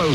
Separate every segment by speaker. Speaker 1: oh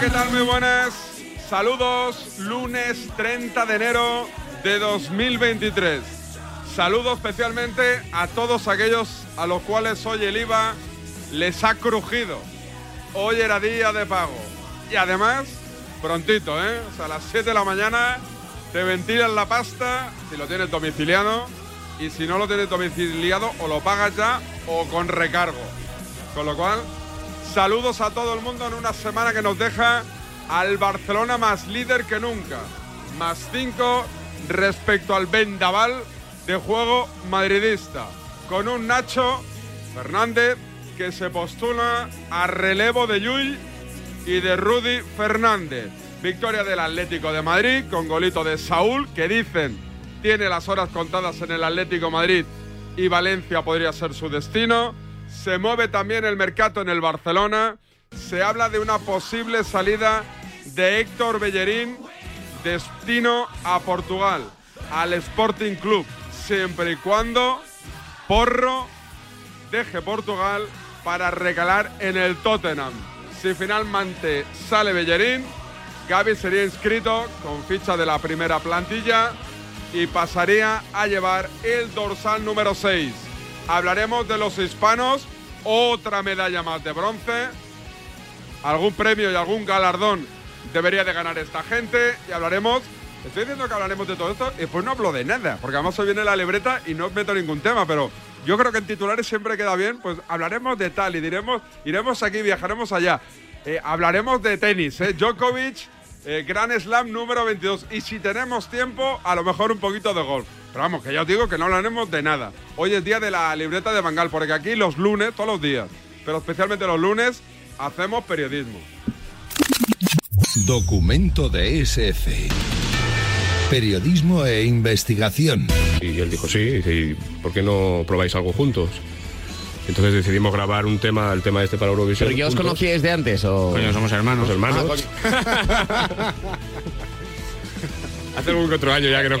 Speaker 2: ¿qué tal? Muy buenas. Saludos, lunes 30 de enero de 2023. Saludo especialmente a todos aquellos a los cuales hoy el IVA les ha crujido. Hoy era día de pago. Y además, prontito, ¿eh? O sea, a las 7 de la mañana te ventilan la pasta si lo tienes domiciliado. Y si no lo tienes domiciliado, o lo pagas ya o con recargo. Con lo cual, Saludos a todo el mundo en una semana que nos deja al Barcelona más líder que nunca. Más 5 respecto al vendaval de juego madridista. Con un Nacho Fernández que se postula a relevo de Llull y de Rudy Fernández. Victoria del Atlético de Madrid con golito de Saúl que dicen tiene las horas contadas en el Atlético Madrid y Valencia podría ser su destino. Se mueve también el mercado en el Barcelona. Se habla de una posible salida de Héctor Bellerín, destino a Portugal, al Sporting Club, siempre y cuando Porro deje Portugal para regalar en el Tottenham. Si finalmente sale Bellerín, Gaby sería inscrito con ficha de la primera plantilla y pasaría a llevar el dorsal número 6 hablaremos de los hispanos, otra medalla más de bronce, algún premio y algún galardón debería de ganar esta gente y hablaremos, estoy diciendo que hablaremos de todo esto y después no hablo de nada, porque además hoy viene la libreta y no meto ningún tema, pero yo creo que en titulares siempre queda bien, pues hablaremos de tal y diremos, iremos aquí, viajaremos allá, eh, hablaremos de tenis, eh, Djokovic. Eh, Gran Slam número 22. Y si tenemos tiempo, a lo mejor un poquito de golf. Pero vamos, que ya os digo que no hablaremos de nada. Hoy es día de la libreta de Bangal, porque aquí los lunes, todos los días, pero especialmente los lunes, hacemos periodismo.
Speaker 3: Documento de SF. Periodismo e investigación.
Speaker 4: Y él dijo, sí, y ¿por qué no probáis algo juntos? Entonces decidimos grabar un tema, el tema este para Eurovisión.
Speaker 5: ¿Pero ya os conocíais de antes o...?
Speaker 4: Coño, somos hermanos.
Speaker 5: Somos
Speaker 6: Ah,
Speaker 4: hermanos. Hace algún que otro año ya que nos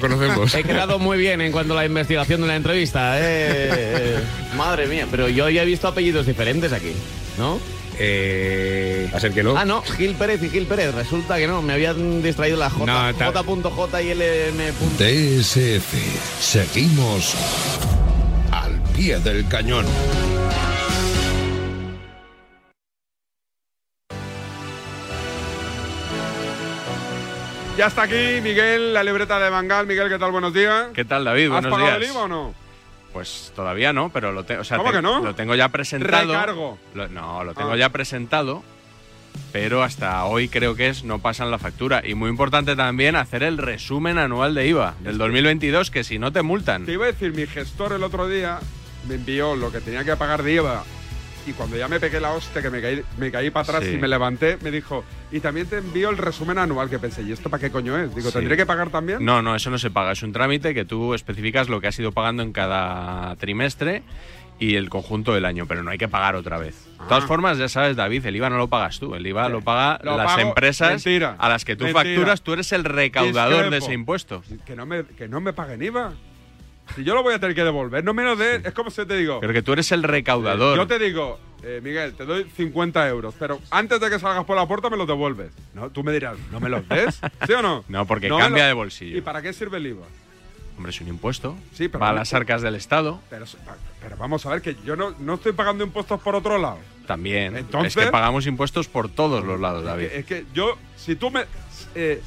Speaker 4: conocemos.
Speaker 5: He quedado muy bien en cuanto a la investigación de la entrevista. Eh, madre mía, pero yo ya he visto apellidos diferentes aquí, ¿no?
Speaker 4: Eh, a ser que no.
Speaker 5: Ah, no, Gil Pérez y Gil Pérez. Resulta que no, me habían distraído la J.
Speaker 4: No, ta-
Speaker 5: J. J. y LM.
Speaker 3: TSF. Seguimos al pie del cañón.
Speaker 2: Ya está aquí Miguel, la libreta de Bangal. Miguel, ¿qué tal? Buenos días.
Speaker 6: ¿Qué tal, David?
Speaker 2: ¿Has
Speaker 6: Buenos
Speaker 2: pagado
Speaker 6: días.
Speaker 2: el IVA o no?
Speaker 6: Pues todavía no, pero lo, te- o sea,
Speaker 2: ¿Cómo
Speaker 6: te-
Speaker 2: que no?
Speaker 6: lo tengo ya presentado.
Speaker 2: Recargo.
Speaker 6: Lo- no, lo tengo
Speaker 2: Ah.
Speaker 6: ya presentado, pero hasta hoy creo que es no pasan la factura. Y muy importante también hacer el resumen anual de IVA del 2022, que si no te multan.
Speaker 2: Te iba a decir, mi gestor el otro día me envió lo que tenía que pagar de IVA. Y cuando ya me pegué la hostia, que me caí, me caí para atrás
Speaker 6: Sí.
Speaker 2: y me levanté, me dijo, y también te envío el resumen anual que pensé, ¿y esto para qué coño es? Digo,
Speaker 6: Sí.
Speaker 2: ¿tendré que pagar también?
Speaker 6: No, no, eso no se paga. Es un trámite que tú especificas lo que has ido pagando en cada trimestre y el conjunto del año, pero no hay que pagar otra vez. De todas formas, ya sabes, David, el IVA no lo pagas tú, el IVA lo pagan
Speaker 2: Ah. Lo
Speaker 6: las
Speaker 2: pago-
Speaker 6: empresas
Speaker 2: mentira,
Speaker 6: a las que tú
Speaker 2: mentira.
Speaker 6: facturas, tú eres el recaudador de
Speaker 2: Discrepo.
Speaker 6: ese impuesto.
Speaker 2: Que no me, que no me paguen IVA. Si yo lo voy a tener que devolver, no menos de. Es como si te digo.
Speaker 6: Pero que tú eres el recaudador.
Speaker 2: Yo te digo, eh, Miguel, te doy 50 euros, pero antes de que salgas por la puerta me los devuelves. No, tú me dirás, ¿no me los des? ¿Sí o no?
Speaker 6: No, porque
Speaker 2: me
Speaker 6: cambia
Speaker 2: lo-
Speaker 6: de bolsillo.
Speaker 2: ¿Y para qué sirve el IVA?
Speaker 6: Hombre, es un impuesto.
Speaker 2: Sí, pero
Speaker 6: va a
Speaker 2: no-
Speaker 6: las arcas del Estado.
Speaker 2: Pero, pero vamos a ver que yo no, no estoy pagando impuestos por otro lado.
Speaker 6: También.
Speaker 2: Entonces-
Speaker 6: es que pagamos impuestos por todos los lados, David.
Speaker 2: Es que yo, si tú me. eh,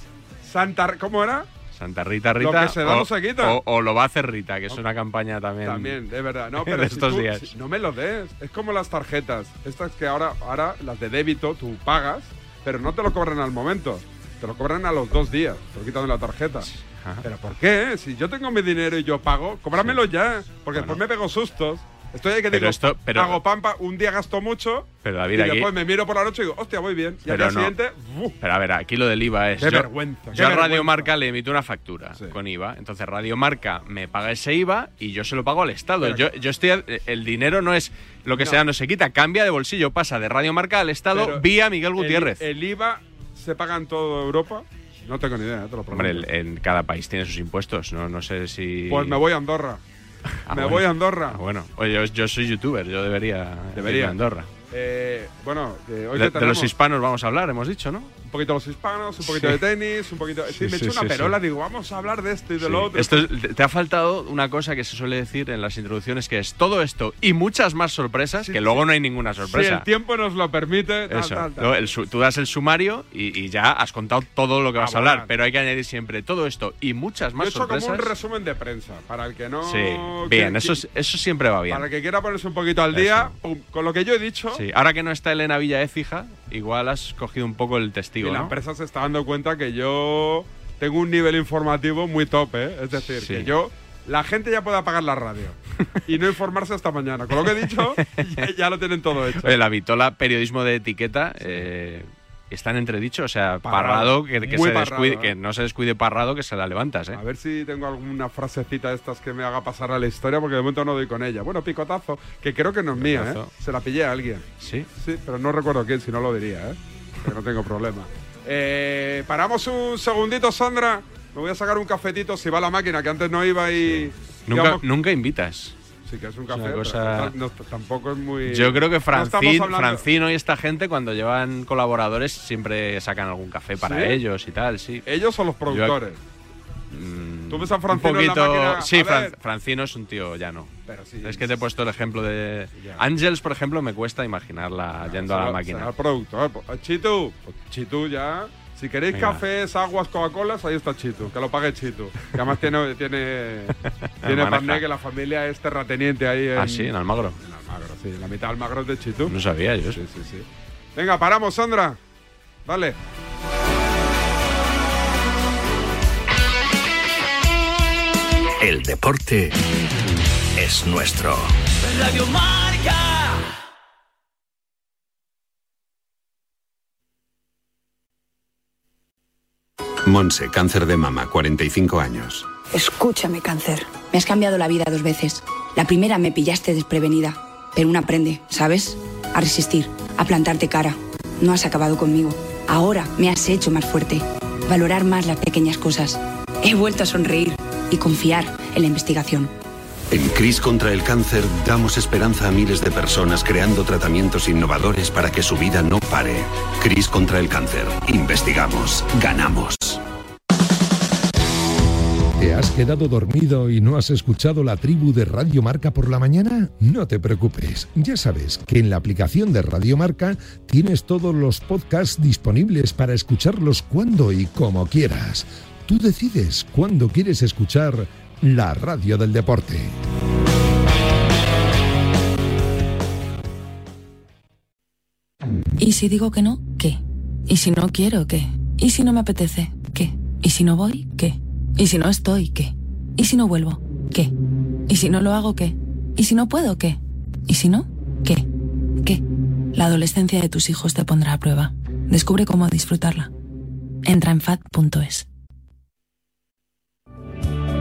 Speaker 2: Santa. ¿Cómo era?
Speaker 6: Santa Rita,
Speaker 2: Lo
Speaker 6: Rita.
Speaker 2: que se da
Speaker 6: o,
Speaker 2: no se quita.
Speaker 6: O, o lo va a hacer Rita, que es una campaña también.
Speaker 2: También, de verdad. No,
Speaker 6: de
Speaker 2: pero si
Speaker 6: estos
Speaker 2: tú-
Speaker 6: días.
Speaker 2: si- no me lo des. Es como las tarjetas. Estas que ahora, ahora, las de débito, tú pagas, pero no te lo cobran al momento. Te lo cobran a los dos días. Te lo quitan de la tarjeta. ¿Pero por qué? Si yo tengo mi dinero y yo pago, cóbramelo ya. Porque después me pego sustos. Estoy ahí que
Speaker 6: Pero
Speaker 2: digo,
Speaker 6: esto- pero-
Speaker 2: hago pampa, un día gasto mucho.
Speaker 6: Pero David,
Speaker 2: y
Speaker 6: aquí-
Speaker 2: después me miro por la noche y digo, hostia, voy bien. Y
Speaker 6: Pero
Speaker 2: al día
Speaker 6: no.
Speaker 2: siguiente, ¡buh!
Speaker 6: Pero a ver, aquí lo del IVA es.
Speaker 2: Qué vergüenza, qué
Speaker 6: Yo a Radio
Speaker 2: vergüenza.
Speaker 6: Marca le emito una factura con IVA. Entonces Radio Marca me paga ese IVA y yo se lo pago al Estado. Yo, yo estoy. a- El dinero no es lo que
Speaker 2: No.
Speaker 6: se da, no se quita. Cambia de bolsillo, pasa de Radio Marca al Estado
Speaker 2: Pero
Speaker 6: vía Miguel
Speaker 2: el-
Speaker 6: Gutiérrez.
Speaker 2: El, IVA se paga en toda Europa. No tengo ni idea, te lo prometo.
Speaker 6: Hombre, el- en cada país tiene sus impuestos. No, no sé si.
Speaker 2: Pues me voy a Andorra.
Speaker 6: Ah,
Speaker 2: me
Speaker 6: bueno.
Speaker 2: voy a Andorra.
Speaker 6: Ah, bueno, Oye, yo, yo soy youtuber, yo debería.
Speaker 2: Debería.
Speaker 6: irme a Andorra.
Speaker 2: Eh, bueno, eh,
Speaker 6: De- de
Speaker 2: hoy que
Speaker 6: los
Speaker 2: tenemos
Speaker 6: hispanos vamos a hablar, hemos dicho, ¿no?
Speaker 2: un poquito los hispanos, un poquito
Speaker 6: Sí.
Speaker 2: de tenis, un poquito. Sí,
Speaker 6: Sí,
Speaker 2: me he
Speaker 6: sí,
Speaker 2: hecho una
Speaker 6: sí,
Speaker 2: perola,
Speaker 6: sí.
Speaker 2: digo, vamos a hablar de esto y de
Speaker 6: Sí.
Speaker 2: lo otro.
Speaker 6: Esto es- te ha faltado una cosa que se suele decir en las introducciones, que es todo esto y muchas más sorpresas, que luego no hay ninguna
Speaker 2: Si
Speaker 6: sorpresa.
Speaker 2: el tiempo nos lo permite, tal,
Speaker 6: Eso.
Speaker 2: tal, tal.
Speaker 6: Luego el su- tú das el sumario y, y ya has contado todo lo que vas a hablar,
Speaker 2: Ah, bueno.
Speaker 6: pero hay que añadir siempre todo esto y muchas
Speaker 2: Yo he
Speaker 6: más
Speaker 2: hecho como un
Speaker 6: sorpresas.
Speaker 2: resumen de prensa, para el que no.
Speaker 6: sí,
Speaker 2: que-
Speaker 6: bien, eso, es- eso siempre va bien.
Speaker 2: Para el que quiera ponerse un poquito al día, pum, con lo que yo he dicho,
Speaker 6: Sí, Ahora que no está Elena Villa Écija, igual has cogido un poco el testigo.
Speaker 2: y la
Speaker 6: ¿no?
Speaker 2: empresa se está dando cuenta que yo tengo un nivel informativo muy top, ¿eh? Es decir,
Speaker 6: Sí.
Speaker 2: que yo. La gente ya puede apagar la radio y no informarse hasta mañana. Con lo que he dicho, ya, ya lo tienen todo hecho.
Speaker 6: Oye, la vitola periodismo de etiqueta eh, está en entredicho, o sea,
Speaker 2: Parrado,
Speaker 6: Parrado, que, que
Speaker 2: muy
Speaker 6: se descuide-
Speaker 2: Parrado, ¿eh?
Speaker 6: que no se descuide Parrado, que se la levantas, ¿eh?
Speaker 2: A ver si tengo alguna frasecita de estas que me haga pasar a la historia, porque de momento no doy con ella. Bueno, picotazo, que creo que no es mía, ¿eh?
Speaker 6: Picotazo.
Speaker 2: Se la pillé a alguien.
Speaker 6: Sí.
Speaker 2: Sí, pero no recuerdo quién, si no lo diría, ¿eh? Que no tengo problema. Eh, paramos un segundito, Sandra. Me voy a sacar un cafetito si va la máquina, que antes no iba y.
Speaker 6: Nunca,
Speaker 2: digamos-
Speaker 6: nunca invitas.
Speaker 2: sí, que es un café.
Speaker 6: una
Speaker 2: pero
Speaker 6: cosa-
Speaker 2: no- tampoco es muy.
Speaker 6: Yo creo que
Speaker 2: No estamos
Speaker 6: Francín-
Speaker 2: hablando-
Speaker 6: Francino y esta gente, cuando llevan colaboradores, siempre sacan algún café para
Speaker 2: ¿Sí?
Speaker 6: ellos y tal, sí.
Speaker 2: Ellos son los productores. Tú ves a
Speaker 6: Un
Speaker 2: Francino en la
Speaker 6: poquito.
Speaker 2: máquina,
Speaker 6: sí,
Speaker 2: a
Speaker 6: Fran-
Speaker 2: ver.
Speaker 6: Francino es un tío llano.
Speaker 2: Pero sí,
Speaker 6: Es que te he puesto el ejemplo de.
Speaker 2: Ya.
Speaker 6: Ángels, por ejemplo, me cuesta imaginarla yendo a la
Speaker 2: Será-
Speaker 6: máquina.
Speaker 2: será el productor. Pues, Chitu, pues, Chitu ya. Si queréis
Speaker 6: Venga.
Speaker 2: cafés, aguas, Coca-Colas, ahí está Chitu, que lo pague Chitu. Que además tiene, tiene, tiene
Speaker 6: Maneja.
Speaker 2: partner que la familia es terrateniente ahí en,
Speaker 6: Ah, sí, en Almagro.
Speaker 2: en Almagro. Sí, la mitad de Almagro es de Chitu.
Speaker 6: No sabía yo. eso.
Speaker 2: Sí, sí, sí. Venga, paramos, Sandra. Dale.
Speaker 7: El deporte es nuestro.
Speaker 8: Radio Marca.
Speaker 9: Monse, cáncer de mama, 45 años.
Speaker 10: Escúchame, cáncer. Me has cambiado la vida dos veces. La primera me pillaste desprevenida, pero una aprende, ¿sabes? A resistir, a plantarte cara. No has acabado conmigo. Ahora me has hecho más fuerte. Valorar más las pequeñas cosas. He vuelto a sonreír y confiar en la investigación.
Speaker 9: En Cris contra el cáncer damos esperanza a miles de personas creando tratamientos innovadores para que su vida no pare. Cris contra el cáncer. Investigamos, ganamos.
Speaker 3: ¿Te has quedado dormido y no has escuchado la tribu de Radio Marca por la mañana? No te preocupes, ya sabes que en la aplicación de Radio Marca tienes todos los podcasts disponibles para escucharlos cuando y como quieras. Tú decides cuándo quieres escuchar la radio del deporte.
Speaker 11: ¿Y si digo que no? ¿Qué? ¿Y si no quiero? ¿Qué? ¿Y si no me apetece? ¿Qué? ¿Y si no voy? ¿Qué? ¿Y si no estoy? ¿Qué? ¿Y si no vuelvo? ¿Qué? ¿Y si no lo hago? ¿Qué? ¿Y si no puedo? ¿Qué? ¿Y si no? ¿Qué? ¿Qué? La adolescencia de tus hijos te pondrá a prueba. Descubre cómo disfrutarla. Entra en fat.es.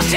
Speaker 8: se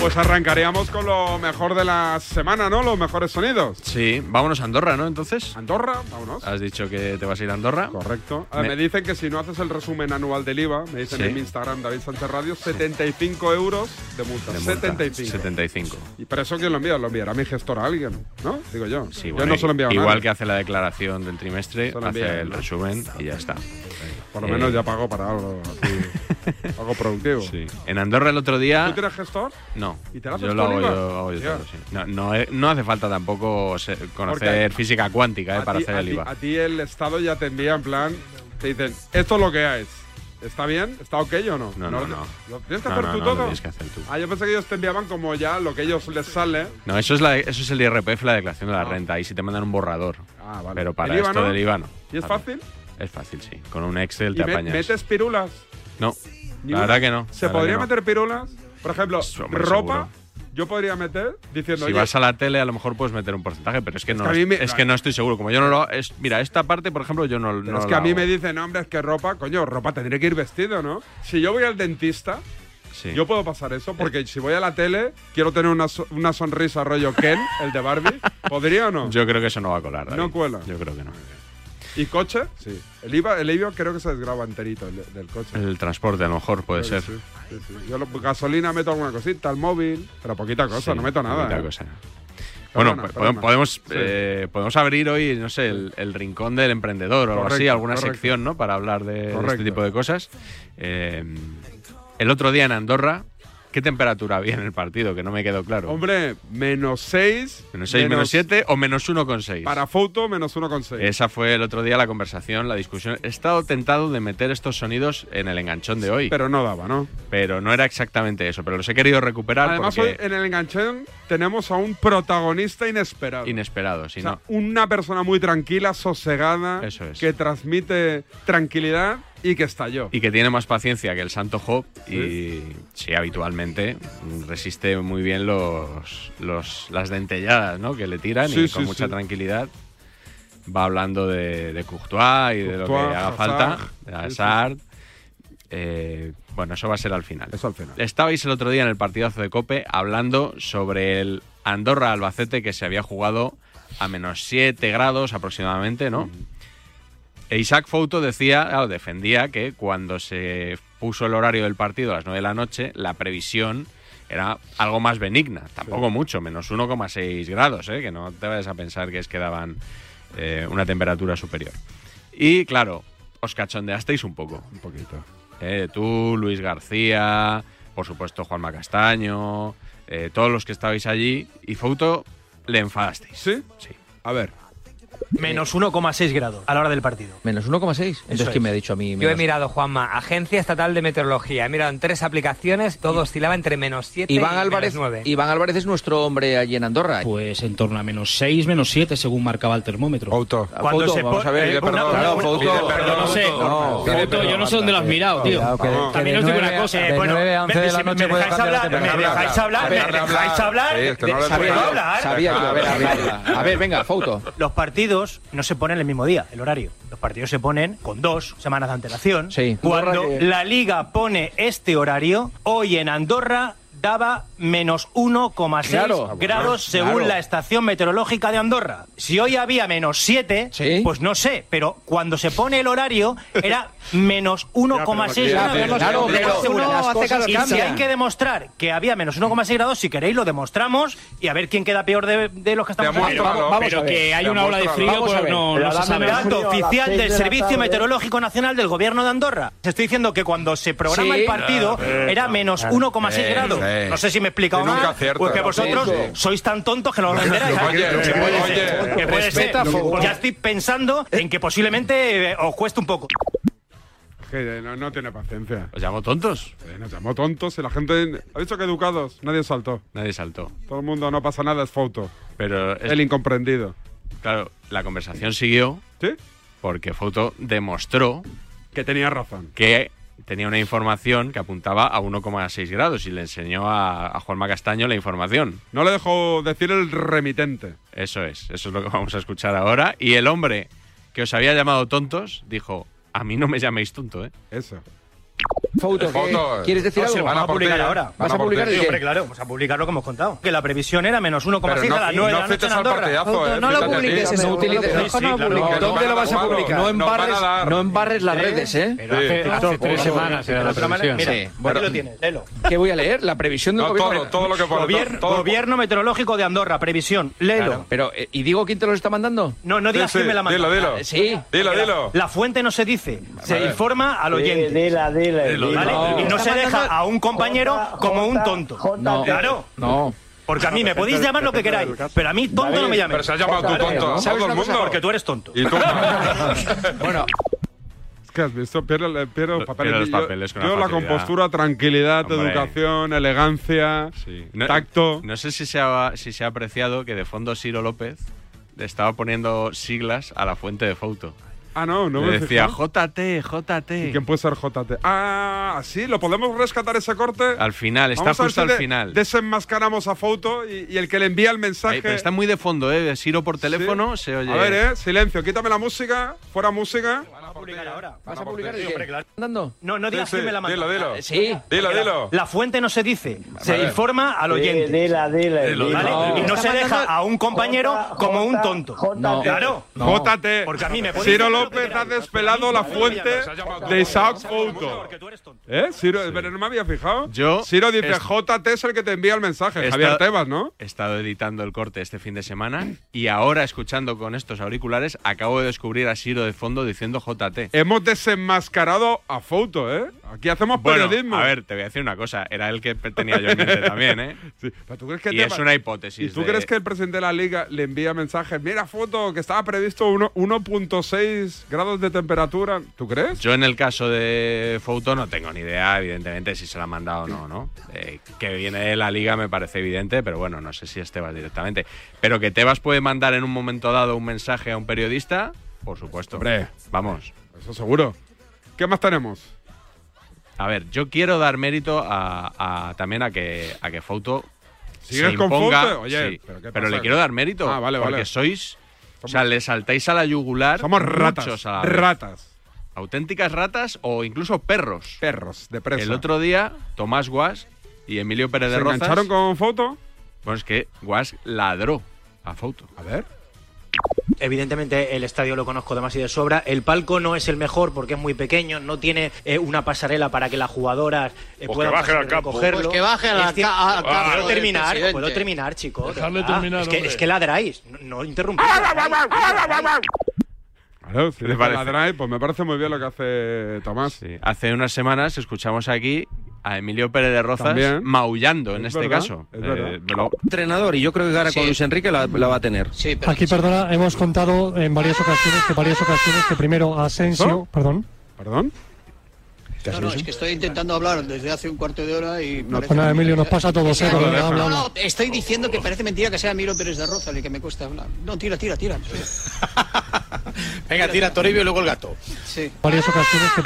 Speaker 2: Pues arrancaríamos con lo mejor de la semana, ¿no? Los mejores sonidos.
Speaker 6: Sí, vámonos a Andorra, ¿no? Entonces.
Speaker 2: Andorra, vámonos.
Speaker 6: Has dicho que te vas a ir a Andorra.
Speaker 2: Correcto. A ver, me... dicen que si no haces el resumen anual del IVA, me dicen
Speaker 6: Sí.
Speaker 2: en mi Instagram, David Sánchez Radio, 75 euros de multa.
Speaker 6: De multa.
Speaker 2: 75.
Speaker 6: 75.
Speaker 2: ¿Y para eso quién lo envía? Lo enviará mi gestora a alguien, ¿no? Digo yo.
Speaker 6: Sí,
Speaker 2: yo
Speaker 6: bueno,
Speaker 2: no se lo envío a
Speaker 6: Igual
Speaker 2: nadie.
Speaker 6: que hace la declaración del trimestre,
Speaker 2: Se lo envía
Speaker 6: hace
Speaker 2: a
Speaker 6: el
Speaker 2: él, ¿no?
Speaker 6: resumen y ya está.
Speaker 2: Por lo
Speaker 6: Eh,
Speaker 2: menos ya pagó para algo, así, algo productivo.
Speaker 6: En Andorra el otro
Speaker 2: ¿Tú
Speaker 6: día.
Speaker 2: tienes gestor?
Speaker 6: No.
Speaker 2: ¿Y te la haces
Speaker 6: yo
Speaker 2: tú
Speaker 6: lo hago
Speaker 2: el IVA?
Speaker 6: yo, hago yo
Speaker 2: Ya.
Speaker 6: todo, sí. no, no, eh, no hace falta tampoco ser- conocer
Speaker 2: hay-
Speaker 6: física cuántica eh,
Speaker 2: A
Speaker 6: para
Speaker 2: ti-
Speaker 6: hacer
Speaker 2: a
Speaker 6: el
Speaker 2: ti-
Speaker 6: IVA.
Speaker 2: A ti el Estado ya te envía en plan, te dicen, esto es lo que es. ¿Está bien? ¿Está ok o no?
Speaker 6: No, no, no.
Speaker 2: ¿Lo tienes que
Speaker 6: No,
Speaker 2: hacer
Speaker 6: no,
Speaker 2: tú
Speaker 6: no, lo
Speaker 2: todo?
Speaker 6: tienes que hacer tú.
Speaker 2: Ah, yo pensé que ellos te enviaban como ya lo que ellos les sale.
Speaker 6: No, eso es, la, eso es el IRPF, la declaración de la renta. Ahí sí te mandan un borrador.
Speaker 2: Ah, vale.
Speaker 6: Pero para
Speaker 2: ¿El IVA
Speaker 6: esto
Speaker 2: no?
Speaker 6: del IVA no.
Speaker 2: ¿Y es
Speaker 6: Vale.
Speaker 2: fácil?
Speaker 6: Es fácil, sí. Con un Excel
Speaker 2: ¿Y
Speaker 6: te
Speaker 2: me-
Speaker 6: apañas.
Speaker 2: metes pirulas?
Speaker 6: No,
Speaker 2: Ni
Speaker 6: la
Speaker 2: una.
Speaker 6: verdad que no.
Speaker 2: ¿Se
Speaker 6: la verdad
Speaker 2: podría
Speaker 6: que no.
Speaker 2: meter pirulas? Por ejemplo,
Speaker 6: hombre,
Speaker 2: ropa. Yo podría meter diciendo,
Speaker 6: Si
Speaker 2: oye,
Speaker 6: vas a la tele, a lo mejor puedes meter un porcentaje, pero es que
Speaker 2: Es
Speaker 6: no,
Speaker 2: que a mí me-
Speaker 6: es que no estoy seguro. Como yo no lo es, Mira, esta parte, por ejemplo, yo no,
Speaker 2: Pero
Speaker 6: no
Speaker 2: es que
Speaker 6: la
Speaker 2: a mí
Speaker 6: hago.
Speaker 2: me dicen, no, hombre, es que ropa, coño, ropa tendré que ir vestido, ¿no? Si yo voy al dentista,
Speaker 6: Sí.
Speaker 2: yo puedo pasar eso, porque si voy a la tele, quiero tener una, so- una sonrisa rollo Ken, el de Barbie, ¿podría o no?
Speaker 6: Yo creo que eso no va a colar. ¿eh? David.
Speaker 2: No cuela.
Speaker 6: Yo creo que no.
Speaker 2: ¿Y coche? Sí. El IVA, el IVA creo que se desgraba enterito el- del coche.
Speaker 6: El transporte, a lo mejor, puede
Speaker 2: Creo
Speaker 6: ser.
Speaker 2: que Sí, sí. Yo lo- gasolina meto alguna cosita, el móvil, pero poquita cosa,
Speaker 6: Sí,
Speaker 2: no meto nada.
Speaker 6: poquita
Speaker 2: ¿eh?
Speaker 6: cosa.
Speaker 2: Perdona,
Speaker 6: Bueno, po-
Speaker 2: perdona.
Speaker 6: podemos,
Speaker 2: Sí.
Speaker 6: eh, podemos abrir hoy, no sé, el, el rincón del emprendedor o algo así,
Speaker 2: Correcto,
Speaker 6: alguna
Speaker 2: correcto.
Speaker 6: sección, ¿no? Para hablar de, de
Speaker 2: Correcto.
Speaker 6: este tipo de cosas. Eh, el otro día en Andorra, ¿qué temperatura había en el partido? Que no me quedó claro.
Speaker 2: Hombre, menos 6.
Speaker 6: menos 6, menos 7 o menos 1,6.
Speaker 2: Para foto, menos 1,6.
Speaker 6: Esa fue el otro día la conversación, la discusión. He estado tentado de meter estos sonidos en el enganchón de hoy.
Speaker 2: Pero no daba, ¿no?
Speaker 6: Pero no era exactamente eso, pero los he querido recuperar
Speaker 2: Además,
Speaker 6: porque
Speaker 2: hoy en el enganchón tenemos a un protagonista inesperado.
Speaker 6: inesperado, si
Speaker 2: eh, O sea,
Speaker 6: no.
Speaker 2: una persona muy tranquila, sosegada,
Speaker 6: Eso es.
Speaker 2: que transmite tranquilidad y que estalló.
Speaker 6: Y que tiene más paciencia que el Santo Job y sí, habitualmente resiste muy bien los, los- las dentelladas ¿no? que le tiran
Speaker 2: Sí,
Speaker 6: y con
Speaker 2: sí,
Speaker 6: mucha
Speaker 2: sí.
Speaker 6: tranquilidad va hablando de, de Courtois y de lo que
Speaker 2: Courtois,
Speaker 6: haga
Speaker 2: Hazard.
Speaker 6: falta, de
Speaker 2: Sí, sí.
Speaker 6: Hazard. Eh, bueno, eso va a ser al final.
Speaker 2: Eso al final.
Speaker 6: Estabais el otro día en el partidazo de Cope hablando sobre el Andorra-Albacete que se había jugado a menos 7 grados aproximadamente, ¿no?
Speaker 2: Mm.
Speaker 6: E Isaac Fouto decía, claro, defendía que cuando se puso el horario del partido a las 9 de la noche, la previsión era algo más benigna, tampoco mucho, menos 1,6 grados, ¿eh? que no te vayas a pensar que es que daban eh, una temperatura superior. Y claro, os cachondeasteis un poco.
Speaker 2: Un poquito.
Speaker 6: Eh, tú, Luis García, por supuesto Juanma Castaño, eh, todos los que estabais allí, y Fouto le enfadasteis.
Speaker 2: ¿Sí?
Speaker 6: Sí.
Speaker 2: A ver.
Speaker 12: Menos 1,6 grados a la hora del partido.
Speaker 13: Menos 1,6. Entonces,
Speaker 12: Eso
Speaker 13: ¿quién
Speaker 12: es.
Speaker 13: me ha dicho a mí?
Speaker 12: Yo
Speaker 13: menos-
Speaker 12: he mirado, Juanma, Agencia Estatal de Meteorología. He mirado en tres aplicaciones, todo oscilaba entre menos 7
Speaker 13: Iván
Speaker 12: y
Speaker 13: Álvarez,
Speaker 12: menos 9.
Speaker 13: Iván Álvarez es nuestro hombre allí en Andorra. Pues en torno a menos 6, menos 7, según marcaba el termómetro.
Speaker 9: Auto.
Speaker 12: Cuando se
Speaker 13: vamos
Speaker 12: po-
Speaker 13: a ver,
Speaker 12: eh,
Speaker 13: pide
Speaker 12: una-
Speaker 13: perdón. Claro,
Speaker 12: una-
Speaker 13: Fouto.
Speaker 12: una-
Speaker 13: Pero yo no sé. No, pide
Speaker 14: Fouto,
Speaker 13: perdón,
Speaker 14: yo no sé dónde lo has mirado, tío.
Speaker 13: Cuidado, que- que
Speaker 14: También
Speaker 13: de
Speaker 14: os digo una
Speaker 13: nueve a-
Speaker 14: cosa. eh,
Speaker 15: eh,
Speaker 13: de nueve a once
Speaker 14: me-
Speaker 13: de la
Speaker 14: si-
Speaker 13: noche
Speaker 14: me dejáis
Speaker 13: puede
Speaker 14: hablar,
Speaker 13: cambiar la
Speaker 14: me
Speaker 13: temperatura.
Speaker 14: dejáis hablar, me
Speaker 13: Dejarla
Speaker 14: dejáis
Speaker 13: hablar.
Speaker 14: hablar.
Speaker 13: Sí, es que no
Speaker 14: de-
Speaker 13: le
Speaker 14: sabía
Speaker 13: puedo
Speaker 14: yo,
Speaker 15: ¿eh?
Speaker 13: hablar.
Speaker 14: sabía yo, a ver, a ver,
Speaker 13: Dejarla.
Speaker 14: a ver, venga, Fouto.
Speaker 12: Los partidos no se ponen el mismo día, el horario. Los partidos se ponen con dos semanas de antelación.
Speaker 13: Sí.
Speaker 12: Cuando
Speaker 13: Andorra que-
Speaker 12: la liga pone este horario, hoy en Andorra
Speaker 15: daba menos 1,6
Speaker 14: Claro.
Speaker 15: grados
Speaker 14: Claro.
Speaker 15: según la Ah, estación meteorológica de Andorra. Si hoy había menos 7, pues no sé, pero cuando se pone el horario era menos 1,6
Speaker 14: Ya,
Speaker 15: grados.
Speaker 14: Ah, pero claro, pero
Speaker 15: Menos
Speaker 14: uno
Speaker 15: uno.
Speaker 14: hace
Speaker 15: Las cosas
Speaker 14: calor,
Speaker 15: y si
Speaker 14: cambia.
Speaker 15: hay que demostrar que había menos 1,6 grados, si queréis lo demostramos y a ver quién queda peor de, de los que estamos
Speaker 14: Demuéstralo. Vamos- vamos Pero a ver. que hay una ola de frío, Vamos a pues ver. no- Pero no se dame sabe. menos
Speaker 15: Dato
Speaker 14: frío a las
Speaker 15: oficial
Speaker 14: seis
Speaker 15: del
Speaker 14: de la
Speaker 15: Servicio
Speaker 14: tarde.
Speaker 15: Meteorológico Nacional del Gobierno de Andorra. Te estoy diciendo que cuando se programa
Speaker 14: Sí.
Speaker 15: el partido
Speaker 14: Perfecto.
Speaker 15: era menos
Speaker 14: Claro.
Speaker 15: 1,6
Speaker 14: Sí,
Speaker 15: grados.
Speaker 14: sí.
Speaker 15: No sé si me he explicado
Speaker 14: Que nunca
Speaker 15: mal,
Speaker 14: acierta.
Speaker 15: porque vosotros
Speaker 14: Perfecto.
Speaker 15: sois tan tontos que no lo
Speaker 14: Oye,
Speaker 15: entenderáis.
Speaker 14: oye,
Speaker 15: Que puede ser,
Speaker 14: oye,
Speaker 15: que puede ser.
Speaker 14: respeta, Fogo.
Speaker 15: Ya estoy pensando en que posiblemente eh, os cueste un poco.
Speaker 2: Que eh, no, no tiene paciencia.
Speaker 6: Os llamo tontos.
Speaker 2: nos llamó tontos y la gente. Ha dicho que educados. Nadie saltó.
Speaker 6: Nadie saltó.
Speaker 2: Todo el mundo, no pasa nada, es foto.
Speaker 6: Pero
Speaker 2: El incomprendido.
Speaker 6: Claro, la conversación siguió. Porque Fouto demostró
Speaker 2: que tenía razón.
Speaker 6: Que tenía una información que apuntaba a 1,6 grados y le enseñó a, a Juanma Castaño la información.
Speaker 2: No le dejó decir el remitente.
Speaker 6: Eso es, eso es lo que vamos a escuchar ahora. Y el hombre que os había llamado tontos dijo, a mí no me llaméis tonto, ¿eh?
Speaker 2: Eso.
Speaker 14: Fouto, ¿qué? Foto, eh. ¿Quieres decir algo?
Speaker 15: Vamos
Speaker 14: Van
Speaker 15: a
Speaker 14: a por
Speaker 15: publicar
Speaker 14: ti, ¿eh?
Speaker 15: ahora.
Speaker 14: ¿Vas Van a a por publicar ti. el
Speaker 15: Sí,
Speaker 14: qué?
Speaker 15: hombre, claro, vamos a publicar lo que hemos contado. Que la previsión era menos 1,6
Speaker 14: Pero
Speaker 15: a las
Speaker 14: no- no
Speaker 15: 9 de la noche
Speaker 14: afectes
Speaker 15: en
Speaker 14: al
Speaker 15: Andorra.
Speaker 14: partidazo, eh, No lo fíjate a ti. publiques eso,
Speaker 15: Sí,
Speaker 14: utiliza- mejor
Speaker 15: sí,
Speaker 14: no lo
Speaker 15: claro,
Speaker 14: publiques.
Speaker 15: claro.
Speaker 14: ¿Dónde lo vas a
Speaker 15: Claro.
Speaker 14: publicar? No
Speaker 15: Nos van a
Speaker 14: embarres-
Speaker 15: dar.
Speaker 14: no embarres las redes, ¿eh?
Speaker 15: Pero
Speaker 14: Sí.
Speaker 15: hace,
Speaker 14: Hace
Speaker 15: hace
Speaker 14: tres
Speaker 15: tres
Speaker 14: semanas
Speaker 15: semanas
Speaker 14: era la previsión.
Speaker 15: Mira,
Speaker 14: Sí,
Speaker 15: aquí
Speaker 14: bueno.
Speaker 15: lo tienes, léelo.
Speaker 14: ¿Qué voy a leer? La previsión del
Speaker 15: No,
Speaker 14: gobierno.
Speaker 15: todo, todo lo que pone, Gobierno- todo- todo- Gobierno meteorológico de Andorra, previsión. Léelo.
Speaker 14: Claro, pero, eh, ¿y digo quién te lo está mandando?
Speaker 15: No, no digas quién me la manda.
Speaker 14: Ah, Sí.
Speaker 15: Porque la- La fuente no se dice, se
Speaker 14: Vale.
Speaker 15: informa al
Speaker 14: Sí,
Speaker 15: oyente.
Speaker 14: dila, dila,
Speaker 15: ¿Vale?
Speaker 14: dila. No.
Speaker 15: Y no se
Speaker 14: Está
Speaker 15: deja
Speaker 14: mandando
Speaker 15: a un compañero como un tonto.
Speaker 14: No.
Speaker 15: claro.
Speaker 14: No.
Speaker 15: Porque a mí me podéis llamar lo que queráis, pero a mí tonto
Speaker 14: David,
Speaker 15: no me llaméis.
Speaker 14: pero se ha llamado tú tonto a
Speaker 15: ¿Sabes
Speaker 14: todo
Speaker 15: una
Speaker 14: el
Speaker 15: cosa?
Speaker 14: mundo.
Speaker 15: Porque tú eres tonto.
Speaker 14: bueno.
Speaker 2: Es que has visto, pierdo, pierdo papeles.
Speaker 6: los
Speaker 2: Yo-
Speaker 6: papeles con
Speaker 2: yo,
Speaker 6: una
Speaker 2: la
Speaker 6: facilidad.
Speaker 2: compostura, tranquilidad,
Speaker 6: Hombre.
Speaker 2: educación, elegancia.
Speaker 6: No-
Speaker 2: Tacto.
Speaker 6: No sé si se, ha, si se ha apreciado que de fondo Ciro López le estaba poniendo siglas a la fuente de Fouto.
Speaker 2: Ah, no, no me
Speaker 6: Le decía
Speaker 2: fijé.
Speaker 6: JT, JT.
Speaker 2: ¿Y quién puede ser JT? Ah, sí, ¿lo podemos rescatar ese corte?
Speaker 6: Al final, está
Speaker 2: Vamos a ver
Speaker 6: justo
Speaker 2: si
Speaker 6: al
Speaker 2: de-
Speaker 6: final.
Speaker 2: Desenmascaramos a Foto y, y el que le envía el mensaje.
Speaker 6: Ey, pero está muy de fondo, ¿eh? De Ciro por teléfono se oye.
Speaker 2: A ver, eh, silencio, quítame la música, fuera música.
Speaker 14: ¿Vas a publicar
Speaker 15: Sí,
Speaker 14: el
Speaker 15: hombre,
Speaker 14: qué? ¿Mandando?
Speaker 15: No, no digas
Speaker 14: Sí,
Speaker 15: quién me la
Speaker 14: sí,
Speaker 15: manda.
Speaker 14: dilo, dilo. Ah, sí. Dilo,
Speaker 15: Porque la-
Speaker 14: dilo.
Speaker 15: La, fuente no se dice, se
Speaker 14: Vale.
Speaker 15: informa al
Speaker 14: Sí,
Speaker 15: oyente.
Speaker 14: dila, dila,
Speaker 15: ¿Vale?
Speaker 14: dilo. No.
Speaker 15: Y no
Speaker 14: Está
Speaker 15: se deja
Speaker 14: mandando-
Speaker 15: a un compañero como un tonto.
Speaker 14: No.
Speaker 15: Claro.
Speaker 14: No.
Speaker 2: Jótate.
Speaker 15: Porque a mí me podéis
Speaker 2: Ciro
Speaker 15: llamar lo que
Speaker 2: López ha
Speaker 15: queráis.
Speaker 2: despelado la fuente de Isaac Fouto. ¿Eh? Ciro, pero no me había fijado.
Speaker 6: Yo-
Speaker 2: Ciro dice,
Speaker 6: es-
Speaker 2: JT es el que te envía el mensaje,
Speaker 6: He
Speaker 2: Javier
Speaker 6: estado-
Speaker 2: Tebas, ¿no?
Speaker 6: He estado editando el corte este fin de semana y ahora, escuchando con estos auriculares, acabo de descubrir a Ciro de fondo diciendo JT.
Speaker 2: Hemos desenmascarado a Fouto, ¿eh? Aquí hacemos
Speaker 6: Bueno,
Speaker 2: periodismo.
Speaker 6: a ver, te voy a decir una cosa. Era el que pe- tenía yo en mente también, ¿eh?
Speaker 2: Pero ¿tú crees que
Speaker 6: y
Speaker 2: Tebas-
Speaker 6: es una hipótesis.
Speaker 2: ¿Y tú
Speaker 6: de-
Speaker 2: crees que el presidente de la liga le envía mensajes? Mira, Foto, que estaba previsto uno- 1.6 grados de temperatura. ¿Tú crees?
Speaker 6: Yo en el caso de Fouto no tengo ni idea, evidentemente, si se la han mandado o no, ¿no? Eh, que viene de la liga me parece evidente, pero bueno, no sé si es Tebas directamente. Pero que Tebas puede mandar en un momento dado un mensaje a un periodista, por supuesto.
Speaker 2: Hombre.
Speaker 6: Vamos.
Speaker 2: Eso seguro. ¿Qué más tenemos?
Speaker 6: A ver, yo quiero dar mérito a, a- también a que, a que Fouto
Speaker 2: ¿Sigues
Speaker 6: se
Speaker 2: con
Speaker 6: imponga.
Speaker 2: Fouto? Oye,
Speaker 6: sí,
Speaker 2: ¿pero
Speaker 6: pero,
Speaker 2: qué
Speaker 6: le
Speaker 2: pasa?
Speaker 6: quiero dar mérito.
Speaker 2: Ah, vale,
Speaker 6: porque
Speaker 2: vale.
Speaker 6: sois. O sea, le saltáis a la yugular.
Speaker 2: Somos ratas,
Speaker 6: muchos a la vez.
Speaker 2: ratas.
Speaker 6: Auténticas ratas o incluso perros.
Speaker 2: Perros, de presa.
Speaker 6: El otro día, Tomás Guas y Emilio Pérez
Speaker 2: ¿Se
Speaker 6: de Rozas.
Speaker 2: engancharon con Foto?
Speaker 6: Bueno, es que Guas ladró a Fouto.
Speaker 2: A ver.
Speaker 15: Evidentemente el estadio lo conozco demasiado de sobra. El palco no es el mejor porque es muy pequeño, no tiene eh, una pasarela para que las jugadoras eh,
Speaker 16: Pues
Speaker 15: puedan
Speaker 16: que bajen
Speaker 15: pasar
Speaker 16: al
Speaker 15: y
Speaker 16: campo.
Speaker 15: recogerlo.
Speaker 16: Pues que bajen
Speaker 15: Es
Speaker 16: al
Speaker 15: cien-
Speaker 16: ca- al campo
Speaker 15: Puedo
Speaker 16: del
Speaker 15: terminar,
Speaker 16: presidente.
Speaker 15: puedo terminar, chicos. de
Speaker 16: Dejadle
Speaker 15: verdad.
Speaker 16: terminar,
Speaker 15: es, que,
Speaker 16: hombre.
Speaker 15: es que ladráis, no, no interrumpís.
Speaker 2: Claro, si
Speaker 6: ¿Qué
Speaker 2: le
Speaker 6: te parece?
Speaker 2: ladráis, pues me parece muy bien lo que hace Tomás. Sí.
Speaker 6: Hace unas semanas escuchamos aquí a Emilio Pérez de Rozas
Speaker 2: También.
Speaker 6: maullando en
Speaker 2: Es
Speaker 6: este
Speaker 2: verdad,
Speaker 6: caso.
Speaker 2: es verdad.
Speaker 6: lo-
Speaker 17: entrenador y yo creo que ahora con Luis Enrique la, la va a tener. Sí,
Speaker 18: Aquí, perdona, hemos contado en varias ocasiones que varias ocasiones que primero Asensio,
Speaker 2: ¿Eso?
Speaker 18: perdón.
Speaker 2: ¿Perdón?
Speaker 19: No, no, es que estoy intentando hablar desde hace un cuarto de hora y.
Speaker 18: Bueno,
Speaker 19: parece
Speaker 18: nada, Emilio,
Speaker 19: mentira.
Speaker 18: nos pasa a todos,
Speaker 19: Que sea-
Speaker 18: eh, cuando
Speaker 19: no,
Speaker 18: hablamos.
Speaker 19: no, estoy diciendo que parece mentira que sea Miro Pérez de Roza el que me cuesta hablar. No, tira, tira, tira.
Speaker 16: Venga, tira Toribio y luego el gato.
Speaker 19: Sí.
Speaker 18: Varias ocasiones que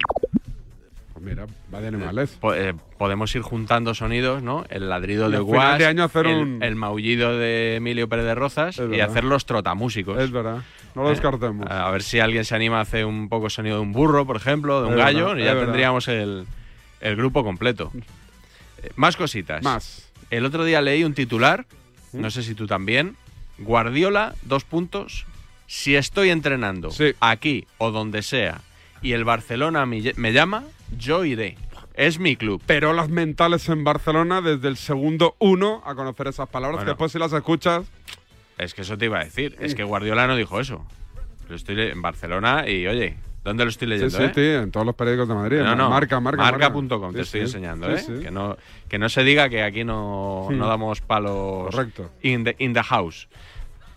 Speaker 2: Pues mira, va de animales.
Speaker 6: po- eh, podemos ir juntando sonidos, ¿no? El ladrido
Speaker 2: Y
Speaker 6: de
Speaker 2: al final
Speaker 6: Guas,
Speaker 2: de año hacer
Speaker 6: el,
Speaker 2: un-
Speaker 6: el maullido de Emilio Pérez de Rozas y
Speaker 2: verdad.
Speaker 6: hacer los trotamúsicos.
Speaker 2: Es verdad. No lo
Speaker 6: Eh,
Speaker 2: descartemos.
Speaker 6: A ver si alguien se anima a hacer un poco sonido de un burro, por ejemplo, de un
Speaker 2: Es
Speaker 6: gallo,
Speaker 2: verdad,
Speaker 6: y
Speaker 2: es
Speaker 6: ya
Speaker 2: verdad.
Speaker 6: tendríamos el, el grupo completo. Eh, Más cositas. Más. El otro día leí un titular,
Speaker 2: ¿Mm?
Speaker 6: no sé si tú también. Guardiola, dos puntos. Si estoy entrenando aquí o donde sea y el Barcelona mi- me llama, yo iré. Es mi club.
Speaker 2: Pero las mentales en Barcelona desde el segundo uno a conocer esas palabras,
Speaker 6: Bueno.
Speaker 2: que después si las escuchas,
Speaker 6: Es que eso te iba a decir. Es que Guardiola no dijo eso. Lo estoy le- en Barcelona y, oye, ¿dónde lo estoy
Speaker 2: sí,
Speaker 6: leyendo?
Speaker 2: sí,
Speaker 6: eh?
Speaker 2: tío, en todos los periódicos de Madrid.
Speaker 6: No, no,
Speaker 2: Marca, marca, marca.
Speaker 6: marca.com, te
Speaker 2: Sí,
Speaker 6: estoy
Speaker 2: sí.
Speaker 6: enseñando,
Speaker 2: Sí,
Speaker 6: ¿eh?
Speaker 2: sí.
Speaker 6: Que, no, que no se diga que aquí no,
Speaker 2: Sí.
Speaker 6: no damos palos
Speaker 2: Correcto.
Speaker 6: In, the, in the house.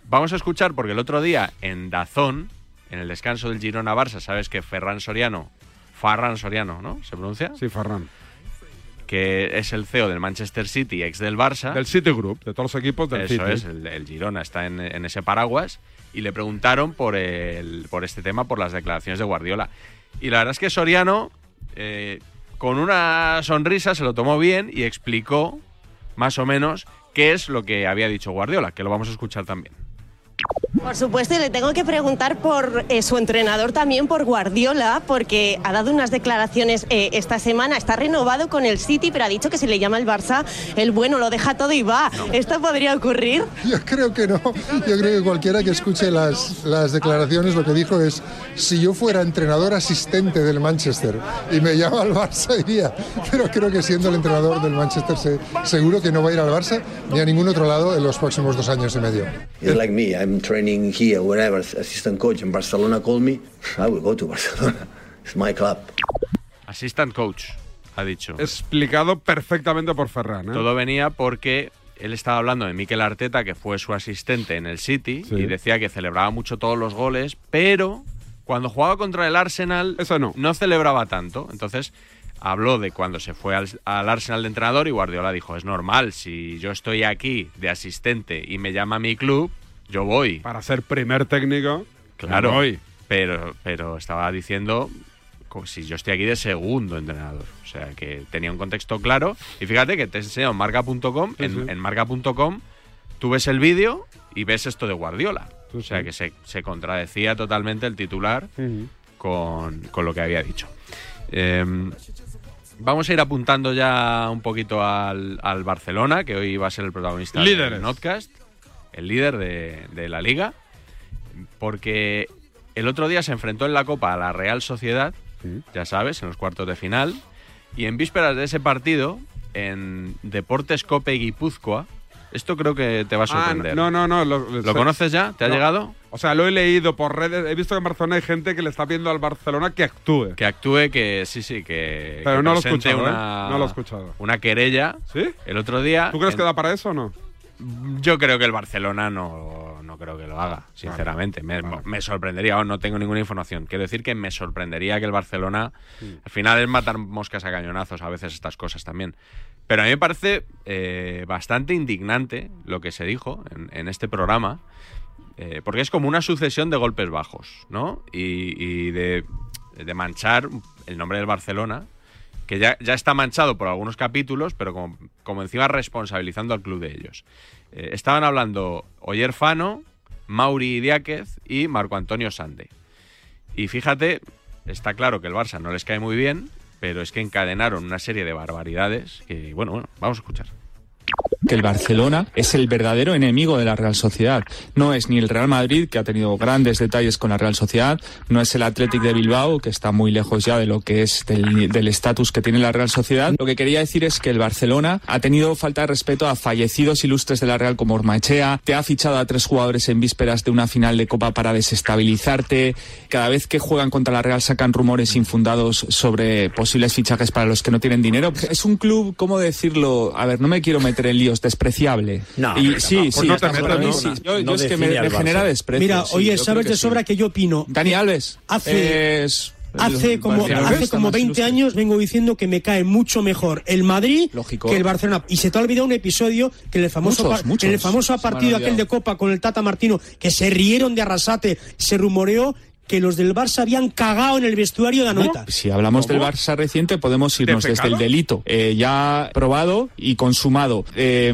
Speaker 6: Vamos a escuchar, porque el otro día en Dazón, en el descanso del Girona Barça, sabes que Ferran Soriano, Farran Soriano, ¿no? ¿Se pronuncia?
Speaker 2: Sí, Farran.
Speaker 6: Que es el CEO del Manchester City, ex del Barça.
Speaker 2: Del City Group, de todos los equipos del
Speaker 6: Eso
Speaker 2: City.
Speaker 6: es, el, el Girona está en, en ese paraguas y le preguntaron por, el, por este tema, por las declaraciones de Guardiola. Y la verdad es que Soriano, eh, con una sonrisa, se lo tomó bien y explicó más o menos qué es lo que había dicho Guardiola, que lo vamos a escuchar también.
Speaker 20: Por supuesto, y le tengo que preguntar por eh, su entrenador también, por Guardiola, porque ha dado unas declaraciones eh, esta semana. Está renovado con el City, pero ha dicho que si le llama el Barça, el bueno lo deja todo y va. ¿Esto podría ocurrir?
Speaker 16: Yo creo que no. Yo creo que cualquiera que escuche las, las declaraciones lo que dijo es, si yo fuera entrenador asistente del Manchester y me llama al Barça, iría. Pero creo que siendo el entrenador del Manchester se- seguro que no va a ir al Barça ni a ningún otro lado en los próximos dos años y medio.
Speaker 21: It's like me. I'm training here, wherever. Assistant coach in Barcelona called me. I will go to Barcelona. It's my club.
Speaker 6: Assistant coach, ha dicho.
Speaker 2: Explicado perfectamente por Ferran. ¿eh?
Speaker 6: Todo venía porque él estaba hablando de Mikel Arteta, que fue su asistente en el City, y decía que celebraba mucho todos los goles, pero cuando jugaba contra el Arsenal no. celebraba tanto. Entonces habló de cuando se fue al, al Arsenal de entrenador y Guardiola dijo, es normal, si yo estoy aquí de asistente y me llama mi club, yo voy.
Speaker 2: Para ser primer técnico.
Speaker 6: Claro,
Speaker 2: me voy.
Speaker 6: pero, pero estaba diciendo como si yo estoy aquí de segundo entrenador. O sea, que tenía un contexto claro. Y fíjate que te he enseñado en marca.com. en, en marca.com tú ves el vídeo y ves esto de Guardiola. O sea, que se, se contradecía totalmente el titular con, con lo que había dicho. Em, vamos a ir apuntando ya un poquito al, al Barcelona, que hoy va a ser el protagonista
Speaker 2: Líderes.
Speaker 6: del Notcast, el líder de, de la liga, porque el otro día se enfrentó en la Copa a la Real Sociedad, ya sabes, en los cuartos de final, y en vísperas de ese partido, en Deportes Cope Guipúzcoa, esto creo que te va a sorprender.
Speaker 2: Ah, no, no, no. ¿Lo,
Speaker 6: ¿Lo conoces ya? ¿Te ha
Speaker 2: No.
Speaker 6: llegado?
Speaker 2: O sea, lo he leído por redes. He visto que en Barcelona hay gente que le está pidiendo al Barcelona que actúe.
Speaker 6: Que actúe, que sí, sí, que.
Speaker 2: Pero
Speaker 6: que
Speaker 2: no lo he
Speaker 6: presente
Speaker 2: escuchado, ¿eh?
Speaker 6: Una,
Speaker 2: No lo he escuchado.
Speaker 6: Una querella.
Speaker 2: ¿Sí?
Speaker 6: El otro día.
Speaker 2: ¿Tú crees
Speaker 6: en-
Speaker 2: que da para eso o no?
Speaker 6: Yo creo que el Barcelona no, no creo que lo haga, sinceramente. Me, me sorprendería, o no tengo ninguna información. Quiero decir que me sorprendería que el Barcelona. Al final es matar moscas a cañonazos a veces estas cosas también. Pero a mí me parece eh, bastante indignante lo que se dijo en, en este programa, eh, porque es como una sucesión de golpes bajos, ¿no? Y, y de, de manchar el nombre del Barcelona, que ya, ya está manchado por algunos capítulos, pero como, como encima responsabilizando al club de ellos. Eh, estaban hablando Oyer Fano, Mauri Diáquez y Marco Antonio Sande. Y fíjate, está claro que el Barça no les cae muy bien, pero es que encadenaron una serie de barbaridades que, bueno, bueno, vamos a escuchar.
Speaker 22: que el Barcelona es el verdadero enemigo de la Real Sociedad. No es ni el Real Madrid, que ha tenido grandes detalles con la Real Sociedad, no es el Athletic de Bilbao, que está muy lejos ya de lo que es del del estatus que tiene la Real Sociedad. Lo que quería decir es que el Barcelona ha tenido falta de respeto a fallecidos ilustres de la Real como Ormaechea, te ha fichado a tres jugadores en vísperas de una final de Copa para desestabilizarte, cada vez que juegan contra la Real sacan rumores infundados sobre posibles fichajes para los que no tienen dinero. Es un club, ¿cómo decirlo? A ver, no me quiero meter en líos, despreciable.
Speaker 15: No,
Speaker 22: y
Speaker 15: no,
Speaker 22: sí,
Speaker 15: no, pues
Speaker 22: sí,
Speaker 15: no
Speaker 22: hasta
Speaker 15: te metas,
Speaker 22: para mí
Speaker 15: no,
Speaker 22: sí.
Speaker 15: no,
Speaker 22: Yo, yo
Speaker 15: no
Speaker 22: es que me,
Speaker 15: define al
Speaker 22: me
Speaker 15: Barça.
Speaker 22: genera desprecio.
Speaker 15: Mira,
Speaker 22: sí,
Speaker 15: oye,
Speaker 22: yo
Speaker 15: sabes
Speaker 22: creo
Speaker 15: de
Speaker 22: que sí.
Speaker 15: sobra que yo opino.
Speaker 22: Dani Alves.
Speaker 15: Hace-
Speaker 22: es-
Speaker 15: Hace como,
Speaker 22: Barcelona
Speaker 15: hace
Speaker 22: está
Speaker 15: como
Speaker 22: más
Speaker 15: 20
Speaker 22: ilustre.
Speaker 15: años vengo diciendo que me cae mucho mejor el Madrid
Speaker 22: Lógico.
Speaker 15: que el Barcelona. Y se te ha olvidado un episodio que en el famoso,
Speaker 22: Muchos,
Speaker 15: par-
Speaker 22: muchos.
Speaker 15: en el famoso
Speaker 22: Se me han
Speaker 15: partido aquel
Speaker 22: olvidado.
Speaker 15: de Copa con el Tata Martino, que se rieron de Arrasate, se rumoreó que los del Barça habían cagado en el vestuario de Anoeta.
Speaker 22: Si hablamos
Speaker 15: ¿Cómo?
Speaker 22: del Barça reciente, podemos irnos desde
Speaker 15: ¿Defecado?
Speaker 22: el delito eh, ya probado y consumado, eh,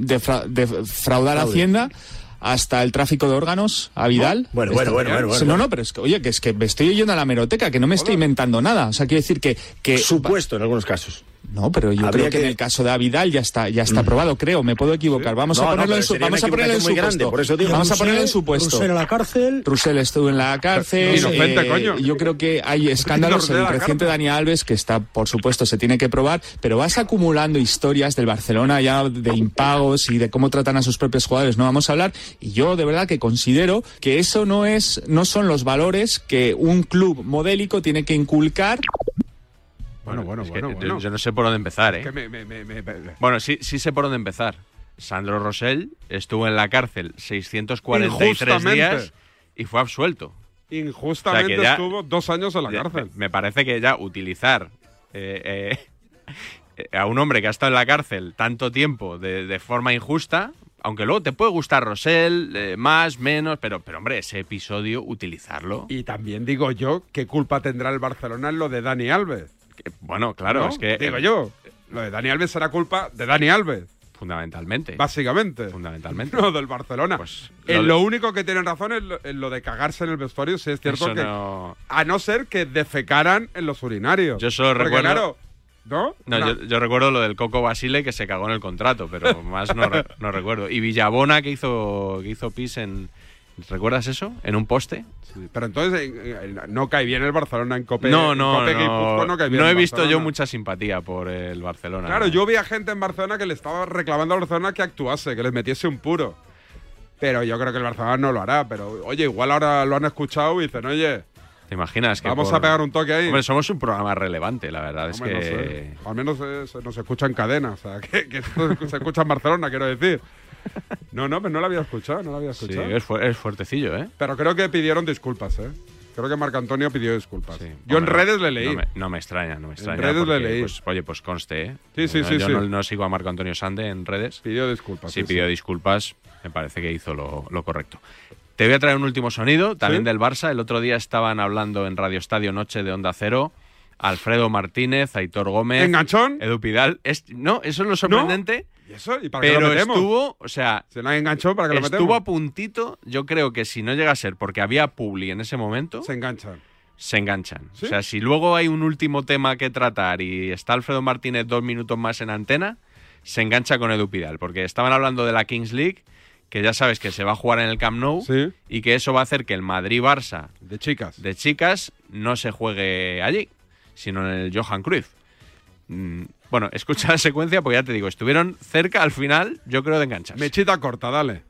Speaker 22: defra- defraudar
Speaker 23: Fraude.
Speaker 22: Hacienda hasta el tráfico de órganos
Speaker 24: Oh,
Speaker 22: a Vidal.
Speaker 23: Bueno, bueno,
Speaker 22: Está-
Speaker 23: bueno, bueno, bueno,
Speaker 22: No,
Speaker 23: bueno.
Speaker 22: no, pero es que, oye, que es que me estoy yendo a la meroteca, que no me estoy inventando nada. O sea, quiero decir que... que
Speaker 23: Supuesto en algunos casos.
Speaker 22: No, pero yo
Speaker 24: Habría
Speaker 22: creo que,
Speaker 24: que- Mm.
Speaker 22: en el caso de Avidal ya está, ya está aprobado, creo, me puedo equivocar. Vamos
Speaker 24: No,
Speaker 22: a
Speaker 24: no,
Speaker 22: ponerlo
Speaker 24: pero
Speaker 22: en su,
Speaker 24: sería
Speaker 22: vamos
Speaker 24: una
Speaker 22: a ponerlo en su
Speaker 24: equivocación muy
Speaker 22: puesto.
Speaker 24: grande, por eso digo.
Speaker 22: vamos a ponerlo en
Speaker 24: Rusell-
Speaker 22: su puesto.
Speaker 24: Rusell a la
Speaker 22: cárcel. Rusell estuvo en la cárcel.
Speaker 24: Inocente,
Speaker 22: eh,
Speaker 24: coño.
Speaker 22: Yo creo que hay escándalos.
Speaker 24: Rusell a
Speaker 22: El
Speaker 24: la
Speaker 22: reciente Dani Alves, que está, por supuesto, se tiene que probar, pero vas acumulando historias del Barcelona ya de impagos y de cómo tratan a sus propios jugadores. No vamos a hablar. Y yo de verdad que considero que eso no es, no son los valores que un club modélico tiene que inculcar
Speaker 6: Bueno, bueno, bueno, Yo, no sé por dónde empezar, ¿eh?
Speaker 2: Que me- me- me- me- me-
Speaker 6: Bueno, sí, sí sé por dónde empezar. Sandro Rosell estuvo en la cárcel 643
Speaker 2: Injustamente.
Speaker 6: días y fue absuelto.
Speaker 2: Injustamente
Speaker 6: O sea, que ya-
Speaker 2: estuvo dos años en la
Speaker 6: Ya,
Speaker 2: cárcel.
Speaker 6: Me me parece que ya utilizar eh, eh, a un hombre que ha estado en la cárcel tanto tiempo de, de forma injusta, aunque luego te puede gustar Rosell, eh, más, menos, pero, pero hombre, ese episodio, utilizarlo.
Speaker 2: Y también digo yo, ¿qué culpa tendrá el Barcelona en lo de Dani Alves?
Speaker 6: Bueno, claro,
Speaker 2: ¿No?
Speaker 6: es que. eh,
Speaker 2: Digo yo, lo de Dani Alves será culpa de Dani Alves.
Speaker 6: Fundamentalmente.
Speaker 2: Básicamente.
Speaker 6: Fundamentalmente. Pues
Speaker 2: No, del Barcelona.
Speaker 6: lo
Speaker 2: en
Speaker 6: de-
Speaker 2: lo único que tienen razón es lo, en lo de cagarse en el vestuario, si es cierto
Speaker 6: Eso
Speaker 2: que.
Speaker 6: no-
Speaker 2: A no ser que defecaran en los urinarios.
Speaker 6: Yo solo
Speaker 2: Porque,
Speaker 6: recuerdo-
Speaker 2: claro, ¿no?
Speaker 6: No,
Speaker 2: Una-
Speaker 6: Yo, yo recuerdo lo del Coco Basile que se cagó en el contrato, pero más no, re- no recuerdo. Y Villabona que hizo, que hizo pis en. ¿Recuerdas eso? ¿En un poste?
Speaker 2: Sí, Pero entonces eh, eh, no cae bien el Barcelona en Cope.
Speaker 6: no,
Speaker 2: en
Speaker 6: no,
Speaker 2: Cope
Speaker 6: no.
Speaker 2: Guipúzcoa no cae bien
Speaker 6: No he
Speaker 2: el
Speaker 6: visto yo
Speaker 2: Barcelona.
Speaker 6: mucha simpatía por el Barcelona.
Speaker 2: Claro,
Speaker 6: ¿no?
Speaker 2: yo vi a gente en Barcelona que le estaba reclamando al Barcelona que actuase, que les metiese un puro. Pero yo creo que el Barcelona no lo hará. Pero oye, igual ahora lo han escuchado y dicen, oye,
Speaker 6: ¿Te imaginas que
Speaker 2: vamos
Speaker 6: por-
Speaker 2: a pegar un toque ahí?
Speaker 6: Hombre, somos un programa relevante, la verdad es
Speaker 2: Hombre, no
Speaker 6: que.
Speaker 2: sé. Al menos eh, se- nos escucha en cadena, o sea, que, que esto se escucha en Barcelona, quiero decir. No, no, pero no lo había escuchado, no lo había
Speaker 6: Sí,
Speaker 2: escuchado.
Speaker 6: es, fu- es fuertecillo, ¿eh?
Speaker 2: Pero creo que pidieron disculpas, ¿eh? Creo que Marcantonio pidió disculpas.
Speaker 6: Hombre,
Speaker 2: yo en redes le leí.
Speaker 6: No me, no me extraña, no me extraña.
Speaker 2: redes le
Speaker 6: porque,
Speaker 2: leí.
Speaker 6: pues, oye, pues conste, ¿eh?
Speaker 2: Sí, sí,
Speaker 6: No,
Speaker 2: sí,
Speaker 6: Yo
Speaker 2: sí.
Speaker 6: No, no sigo a Marco Antonio Sande en redes.
Speaker 2: Pidió disculpas.
Speaker 6: Sí,
Speaker 2: sí,
Speaker 6: pidió
Speaker 2: sí.
Speaker 6: disculpas. Me parece que hizo lo, lo correcto. Te voy a traer un último sonido, también del Barça. El otro día estaban hablando en Radio Estadio Noche de Onda Cero. Alfredo Martínez, Aitor Gómez.
Speaker 2: ¿Enganchón?
Speaker 6: Edu Pidal. Es- no, eso es lo sorprendente.
Speaker 2: ¿Y eso? ¿Y para qué
Speaker 6: Pero
Speaker 2: lo metemos?
Speaker 6: estuvo, o sea,
Speaker 2: se la enganchó para que lo
Speaker 6: estuvo
Speaker 2: metemos.
Speaker 6: a puntito. Yo creo que si no llega a ser porque había Publi en ese momento,
Speaker 2: se enganchan.
Speaker 6: Se enganchan.
Speaker 2: ¿Sí?
Speaker 6: O sea, si luego hay un último tema que tratar y está Alfredo Martínez dos minutos más en antena, se engancha con Edu Pidal. Porque estaban hablando de la Kings League, que ya sabes que se va a jugar en el Camp Nou y que eso va a hacer que el Madrid-Barça
Speaker 2: de chicas.
Speaker 6: de chicas no se juegue allí, sino en el Johan Cruyff. Mm, Bueno, escucha la secuencia porque ya te digo, estuvieron cerca al final, yo creo, de engancharse.
Speaker 2: Mechita corta, dale.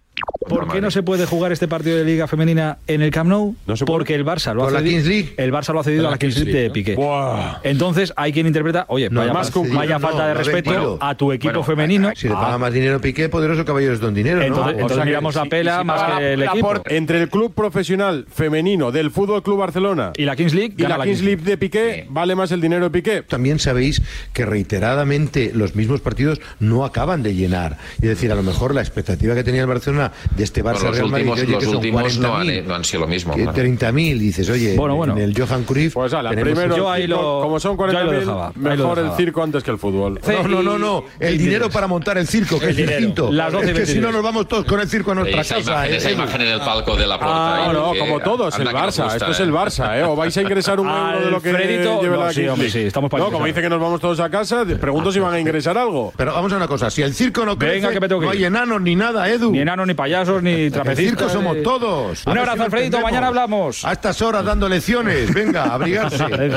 Speaker 25: ¿Por qué no se puede jugar este partido de Liga Femenina en el Camp Nou? Porque el Barça lo ha
Speaker 21: Por la
Speaker 25: cedido.
Speaker 21: Kings League.
Speaker 25: El Barça lo ha cedido
Speaker 21: Por
Speaker 25: a la Kings League de Piqué.
Speaker 21: Buah.
Speaker 25: Entonces hay quien interpreta, oye,
Speaker 21: No,
Speaker 25: Eh, vaya,
Speaker 21: más
Speaker 25: fa-
Speaker 21: cumplido,
Speaker 25: vaya
Speaker 21: no,
Speaker 25: falta de
Speaker 21: lo ha
Speaker 25: respeto
Speaker 21: vendido.
Speaker 25: a tu equipo
Speaker 21: Bueno,
Speaker 25: femenino.
Speaker 21: Si le
Speaker 25: Ah,
Speaker 21: paga más dinero Piqué, poderoso caballero es don dinero, ¿no?
Speaker 25: Entonces- entonces miramos la pela más que el equipo.
Speaker 26: Entre el club profesional femenino del Fútbol Club Barcelona
Speaker 25: y la Kings League,
Speaker 21: gana la Kings League.
Speaker 26: de Piqué,
Speaker 21: vale más el dinero de Piqué. También sabéis que reiteradamente los mismos partidos no acaban de llenar. Es decir, a lo mejor la expectativa que tenía el Barcelona de este
Speaker 27: Bueno,
Speaker 21: Barça
Speaker 27: los
Speaker 21: Real Madrid,
Speaker 27: últimos,
Speaker 21: oye,
Speaker 27: los
Speaker 21: que son
Speaker 27: últimos no, han,
Speaker 21: 40.000,
Speaker 27: no han sido lo mismo.
Speaker 21: que
Speaker 27: claro.
Speaker 21: 30.000, dices, oye,
Speaker 27: Bueno, bueno.
Speaker 21: en el Johan Cruyff
Speaker 26: Pues ala,
Speaker 21: tenemos-
Speaker 26: primero, como son 40.000, mejor el circo antes que el fútbol.
Speaker 21: No, no, no, no, el dinero para montar el circo, que
Speaker 26: El
Speaker 21: es
Speaker 26: dinero.
Speaker 21: distinto.
Speaker 26: Las doce y
Speaker 21: Es que si
Speaker 26: veintitrés.
Speaker 21: no nos vamos todos con el circo a nuestra
Speaker 27: esa
Speaker 21: casa.
Speaker 27: imagen,
Speaker 21: ¿eh?
Speaker 27: esa imagen en el palco de la puerta. ¿eh?
Speaker 26: Ah, no, como todos, el Barça. Esto es el Barça, ¿eh? O vais a ingresar
Speaker 25: Ah.
Speaker 26: un euro de lo que
Speaker 21: Alfredito,
Speaker 26: lleve
Speaker 21: no,
Speaker 26: la
Speaker 21: sí,
Speaker 26: Kings
Speaker 21: hombre,
Speaker 26: League.
Speaker 21: sí, estamos para Ah,
Speaker 26: No, como
Speaker 21: ingresar.
Speaker 26: dice que nos vamos todos a casa, te pregunto si van a ingresar algo.
Speaker 21: Pero vamos a una cosa, si el circo no crece,
Speaker 26: Venga, que me tengo que
Speaker 21: no hay
Speaker 26: ir.
Speaker 21: enanos ni nada, Edu.
Speaker 25: Ni enanos, ni payasos, ni trapecistas.
Speaker 21: El circo somos
Speaker 25: ni-
Speaker 21: todos. A
Speaker 25: Un
Speaker 21: ver
Speaker 25: abrazo,
Speaker 21: si lo
Speaker 25: Alfredito.
Speaker 21: entendemos.
Speaker 25: Mañana hablamos.
Speaker 21: A estas horas dando lecciones. Venga, a abrigarse.
Speaker 2: Eh,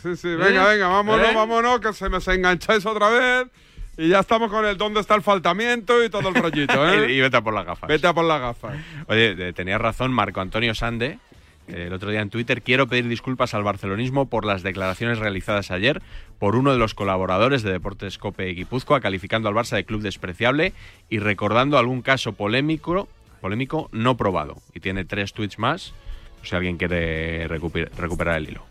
Speaker 2: Sí, sí, venga,
Speaker 21: ¿Eh?
Speaker 2: venga, vámonos,
Speaker 21: ¿Eh?
Speaker 2: vámonos, que se me se engancháis otra vez. Y ya estamos con el dónde está el faltamiento y todo el rollito, ¿eh?
Speaker 6: y, y vete a por las gafas.
Speaker 2: Vete a por las gafas.
Speaker 6: Oye, de- tenías razón Marco Antonio Sande. eh, El otro día en Twitter, quiero pedir disculpas al barcelonismo por las declaraciones realizadas ayer por uno de los colaboradores de Deportes Cope Guipúzcoa, calificando al Barça de club despreciable y recordando algún caso polémico, polémico no probado. Y tiene tres tweets más, por si alguien quiere recuper- recuperar el hilo.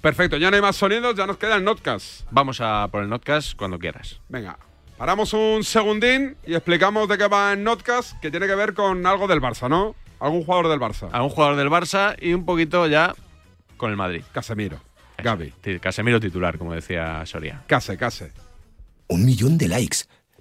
Speaker 2: Perfecto, ya no hay más sonidos, ya nos queda el notcast.
Speaker 6: Vamos a por el notcast cuando quieras.
Speaker 2: Venga, paramos un segundín y explicamos de qué va el notcast, que tiene que ver con algo del Barça, ¿no? Algún jugador del Barça.
Speaker 6: A un jugador del Barça y un poquito ya con el Madrid.
Speaker 2: Casemiro. Gaby.
Speaker 6: Casemiro titular, como decía Soria.
Speaker 2: Case, case.
Speaker 28: Un millón de likes.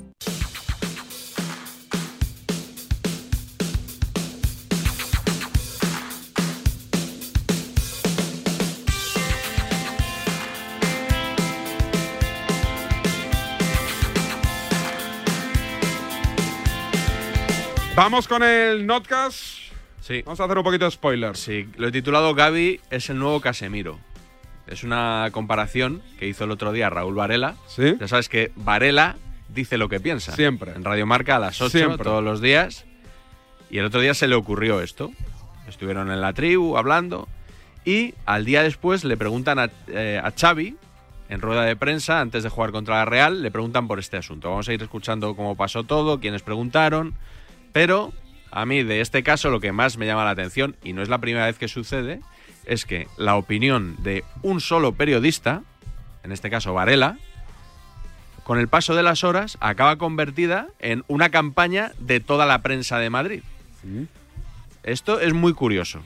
Speaker 2: Vamos con el Notcast.
Speaker 6: Sí.
Speaker 2: Vamos a hacer un poquito de spoiler.
Speaker 6: Sí, lo he titulado Gaby es el nuevo Casemiro. Es una comparación que hizo el otro día Raúl Varela.
Speaker 2: Sí.
Speaker 6: Ya sabes que Varela dice lo que piensa.
Speaker 2: Siempre.
Speaker 6: En Radio Marca a las 8
Speaker 2: Siempre.
Speaker 6: todos los días. Y el otro día se le ocurrió esto. Estuvieron en la tribu hablando. Y al día después le preguntan a, eh, a Xavi, en rueda de prensa, antes de jugar contra la Real, le preguntan por este asunto. Vamos a ir escuchando cómo pasó todo, quiénes preguntaron. Pero a mí de este caso lo que más me llama la atención, y no es la primera vez que sucede, es que la opinión de un solo periodista, en este caso Varela, con el paso de las horas acaba convertida en una campaña de toda la prensa de Madrid. Esto es muy curioso.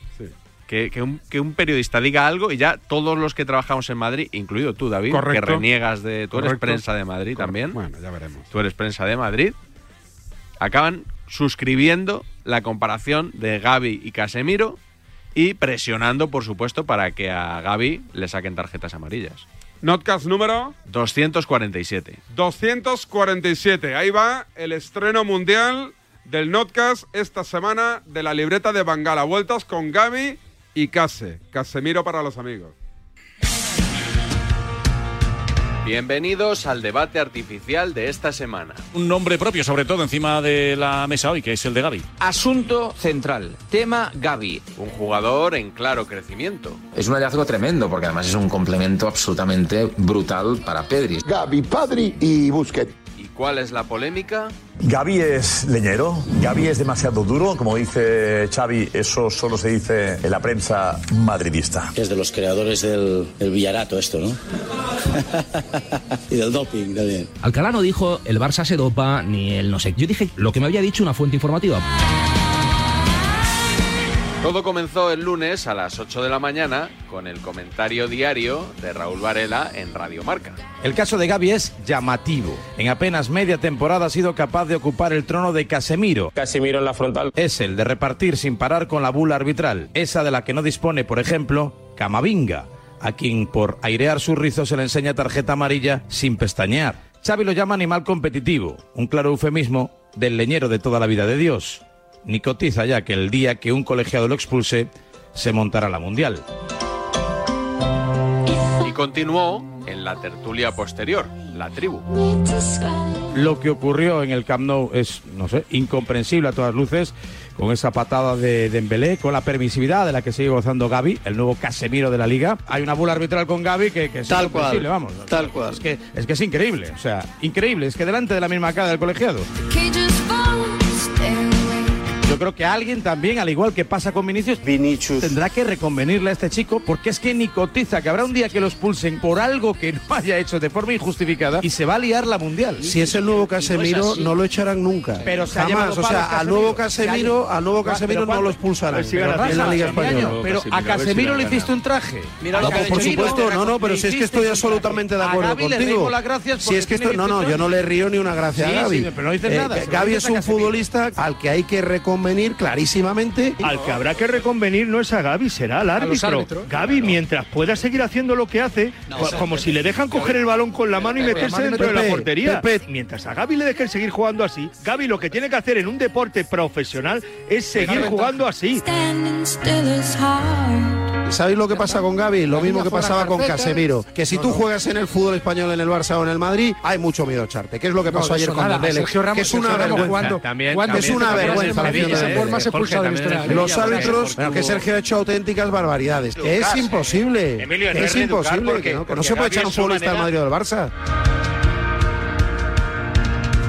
Speaker 6: Que, que un, que un periodista diga algo y ya todos los que trabajamos en Madrid, incluido tú, David,
Speaker 2: Correcto.
Speaker 6: que reniegas de. Tú eres
Speaker 2: Correcto.
Speaker 6: prensa de Madrid
Speaker 2: Correcto.
Speaker 6: también
Speaker 2: Bueno, ya veremos.
Speaker 6: tú eres prensa de Madrid, acaban suscribiendo la comparación de Gaby y Casemiro y presionando, por supuesto, para que a Gaby le saquen tarjetas amarillas.
Speaker 2: Notcast número
Speaker 6: 247.
Speaker 2: 247. Ahí va el estreno mundial del Notcast esta semana de la libreta de Bangala. Vueltas con Gaby y Case. Casemiro para los amigos.
Speaker 6: Bienvenidos al debate artificial de esta semana.
Speaker 29: Un nombre propio, sobre todo, encima de la mesa hoy, que es el de Gaby.
Speaker 6: Asunto central, tema Gaby. Un jugador en claro crecimiento.
Speaker 26: Es un hallazgo tremendo porque además es un complemento absolutamente brutal para Pedri. Gaby, Padri y Busquets.
Speaker 6: ¿Y cuál es la polémica?
Speaker 30: Gaby es leñero, Gaby es demasiado duro, como dice Xavi, eso solo se dice en la prensa madridista.
Speaker 9: Es de los creadores del, del Villarato esto, ¿no? y del doping también.
Speaker 31: Alcalá no dijo el Barça se dopa ni el no sé. Yo dije lo que me había dicho una fuente informativa.
Speaker 6: Todo comenzó el lunes a las 8 de la mañana con el comentario diario de Raúl Varela en Radio Marca.
Speaker 32: El caso de Gaby es llamativo. En apenas media temporada ha sido capaz de ocupar el trono de Casemiro. Casemiro en la frontal. Es el de repartir sin parar con la bula arbitral, esa de la que no dispone, por ejemplo, Camavinga, a quien por airear sus rizos se le enseña tarjeta amarilla sin pestañear. Xavi lo llama animal competitivo, un claro eufemismo del leñero de toda la vida de Dios. Ni cotiza ya que el día que un colegiado lo expulse, se montará la mundial.
Speaker 6: Y continuó en la tertulia posterior, la tribu.
Speaker 32: Lo que ocurrió en el Camp Nou es, no sé, incomprensible a todas luces, con esa patada de Dembélé, con la permisividad de la que sigue gozando Gaby, el nuevo Casemiro de la Liga. Hay una bula arbitral con Gaby que, que es
Speaker 9: Tal
Speaker 32: incomprensible,
Speaker 9: cual,
Speaker 32: vamos. Tal cual. Es que, es que es increíble, o sea, increíble, es que delante de la misma cara del colegiado.
Speaker 8: Yo
Speaker 32: Yo creo que alguien también, al igual que pasa con Vinicius, tendrá que reconvenirle a este chico porque es que ni cotiza, que habrá un día que lo expulsen por algo que no haya hecho de forma injustificada y se va a liar la mundial.
Speaker 21: Si es el nuevo Casemiro,
Speaker 32: así.
Speaker 21: no lo echarán nunca.
Speaker 32: Pero se ha
Speaker 21: Jamás.
Speaker 32: llevado
Speaker 21: O
Speaker 32: palos
Speaker 21: sea,
Speaker 32: Casemiro. Se
Speaker 21: al nuevo Casemiro,
Speaker 32: ha-
Speaker 21: al
Speaker 32: Pero
Speaker 21: nuevo
Speaker 32: Pues
Speaker 21: Casemiro no
Speaker 32: ¿cuánto?
Speaker 21: lo expulsarán.
Speaker 32: Pero si gana
Speaker 21: en la
Speaker 32: Rafa,
Speaker 21: Liga
Speaker 32: Casemiro,
Speaker 21: Española.
Speaker 32: pero a Casemiro le hiciste un traje. Mira lo
Speaker 21: no,
Speaker 32: que ha
Speaker 21: pues por
Speaker 32: hecho.
Speaker 21: supuesto, no, no, pero si es que
Speaker 32: Hiciste
Speaker 21: estoy
Speaker 32: un
Speaker 21: absolutamente de
Speaker 32: traje.
Speaker 21: acuerdo
Speaker 32: A Gavi le
Speaker 21: contigo.
Speaker 32: dimos las gracias
Speaker 21: Si
Speaker 32: porque
Speaker 21: es que
Speaker 32: tiene
Speaker 21: esto, no, no, yo no le río ni una gracia
Speaker 32: Sí,
Speaker 21: a Gavi.
Speaker 32: sí, pero no dices nada, se lo
Speaker 21: Gavi
Speaker 32: dices
Speaker 21: Eh, es
Speaker 32: a
Speaker 21: un
Speaker 32: Casemiro.
Speaker 21: futbolista al que hay que reconvenir clarísimamente.
Speaker 25: Al que habrá que reconvenir no es a Gaby, será al
Speaker 21: los
Speaker 25: árbitro.
Speaker 21: árbitros,
Speaker 25: Gaby, mientras pueda seguir haciendo lo que hace,
Speaker 21: No,
Speaker 25: co-
Speaker 21: o sea,
Speaker 25: como
Speaker 21: Pepe,
Speaker 25: si le dejan
Speaker 21: Gavi-
Speaker 25: coger el balón con la mano y
Speaker 21: Pepe,
Speaker 25: meterse
Speaker 21: Pepe,
Speaker 25: dentro de la
Speaker 21: Pepe,
Speaker 25: portería.
Speaker 21: Pepe.
Speaker 25: Mientras a Gaby le dejen seguir jugando así, Gaby lo que tiene que hacer en un deporte profesional es seguir jugando así.
Speaker 21: ¿Sabéis lo que pasa con Gaby? Lo mismo
Speaker 25: niña
Speaker 21: que
Speaker 25: fuera
Speaker 21: pasaba con
Speaker 25: carpetas.
Speaker 21: Casemiro. Que si
Speaker 25: No,
Speaker 21: tú
Speaker 25: no.
Speaker 21: juegas en el fútbol español, en el Barça o en el Madrid, hay mucho miedo a echarte. ¿Qué es lo que
Speaker 8: No,
Speaker 21: pasó
Speaker 8: de
Speaker 21: ayer
Speaker 8: eso
Speaker 21: con
Speaker 8: nada.
Speaker 21: Dembélé?
Speaker 8: Sergio Ramos-
Speaker 21: Que es una
Speaker 8: Sergio Ramos
Speaker 21: vergüenza.
Speaker 8: jugando- También-
Speaker 21: Es
Speaker 8: también-
Speaker 21: una
Speaker 8: también en
Speaker 21: vergüenza la acción de
Speaker 8: Sevilla,
Speaker 21: Dembélé.
Speaker 8: el
Speaker 32: ¿eh?
Speaker 8: más expulsado de la historia de la
Speaker 21: Los
Speaker 8: Liga,
Speaker 21: árbitros,
Speaker 8: porque
Speaker 21: que Sergio ha hecho auténticas barbaridades. Que es
Speaker 32: ¿eh?
Speaker 8: Educarse.
Speaker 21: imposible.
Speaker 8: Emilio,
Speaker 21: Que es
Speaker 8: no es reeducar
Speaker 21: imposible.
Speaker 8: porque-
Speaker 21: que no- Que no
Speaker 8: porque
Speaker 21: se puede
Speaker 8: Gavi
Speaker 21: echar
Speaker 8: es
Speaker 21: un
Speaker 8: su
Speaker 21: futbolista del Madrid
Speaker 8: manera-
Speaker 21: o del Barça.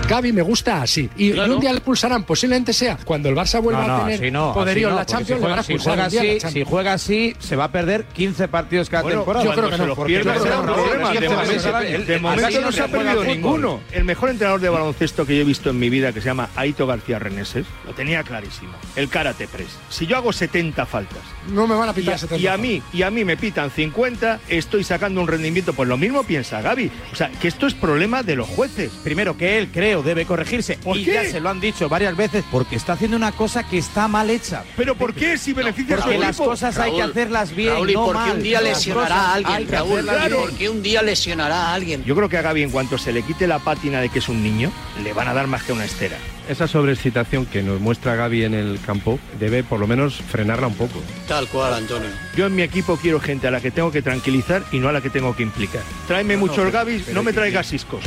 Speaker 8: Gaby me gusta así. Y, y un día le expulsarán, posiblemente sea cuando el Barça vuelva
Speaker 32: No, no,
Speaker 8: a tener
Speaker 32: así no, así
Speaker 8: poderío en
Speaker 32: no,
Speaker 8: la
Speaker 32: porque si
Speaker 8: Champions, le van
Speaker 32: juega-
Speaker 8: a
Speaker 32: si
Speaker 8: expulsar
Speaker 32: juega
Speaker 8: un día en la
Speaker 32: así,
Speaker 8: Champions.
Speaker 32: si juega así, se va a perder 15 partidos cada
Speaker 25: Bueno,
Speaker 32: temporada.
Speaker 25: yo creo que no, porque no será un problema. De momento- De momento no se ha perdido ninguno. El mejor entrenador de baloncesto que yo he visto en mi vida, que se llama Aito García Reneses, lo tenía clarísimo. El karate press. Si yo hago 70 faltas
Speaker 8: No me van a
Speaker 25: y
Speaker 8: pitar
Speaker 25: a,
Speaker 8: 70.
Speaker 25: y a mí y a mí me pitan 50, estoy sacando un rendimiento. Pues lo mismo piensa Gaby. O sea, que esto es problema de los jueces.
Speaker 32: Primero que él, creo, debe corregirse.
Speaker 25: ¿Por
Speaker 32: y
Speaker 25: qué?
Speaker 32: ya se lo han dicho varias veces porque está haciendo una cosa que está mal hecha.
Speaker 25: ¿Pero por qué si beneficia a su
Speaker 32: Porque las
Speaker 25: equipo?
Speaker 32: cosas hay que
Speaker 25: Raúl,
Speaker 32: hacerlas bien,
Speaker 25: Raúl, ¿y
Speaker 32: no
Speaker 25: por qué
Speaker 32: mal.
Speaker 25: un día
Speaker 32: Las
Speaker 25: lesionará
Speaker 32: cosas
Speaker 25: a alguien,
Speaker 32: hay que
Speaker 25: Raúl?
Speaker 32: hacerlas
Speaker 25: Claro.
Speaker 32: bien.
Speaker 9: que un día lesionará a alguien.
Speaker 25: Yo creo que a Gaby, en cuanto se le quite la pátina de que es un niño, le van a dar más que una estera.
Speaker 12: Esa sobreexcitación que nos muestra Gaby en el campo debe por lo menos frenarla un poco.
Speaker 9: Tal cual, Antonio.
Speaker 25: Yo en mi equipo quiero gente a la que tengo que tranquilizar y no a la que tengo que implicar. Tráeme
Speaker 12: No, no,
Speaker 25: muchos
Speaker 12: pero-
Speaker 25: Gabis,
Speaker 12: pero
Speaker 25: no me
Speaker 12: hay que-
Speaker 25: traigas Iscos.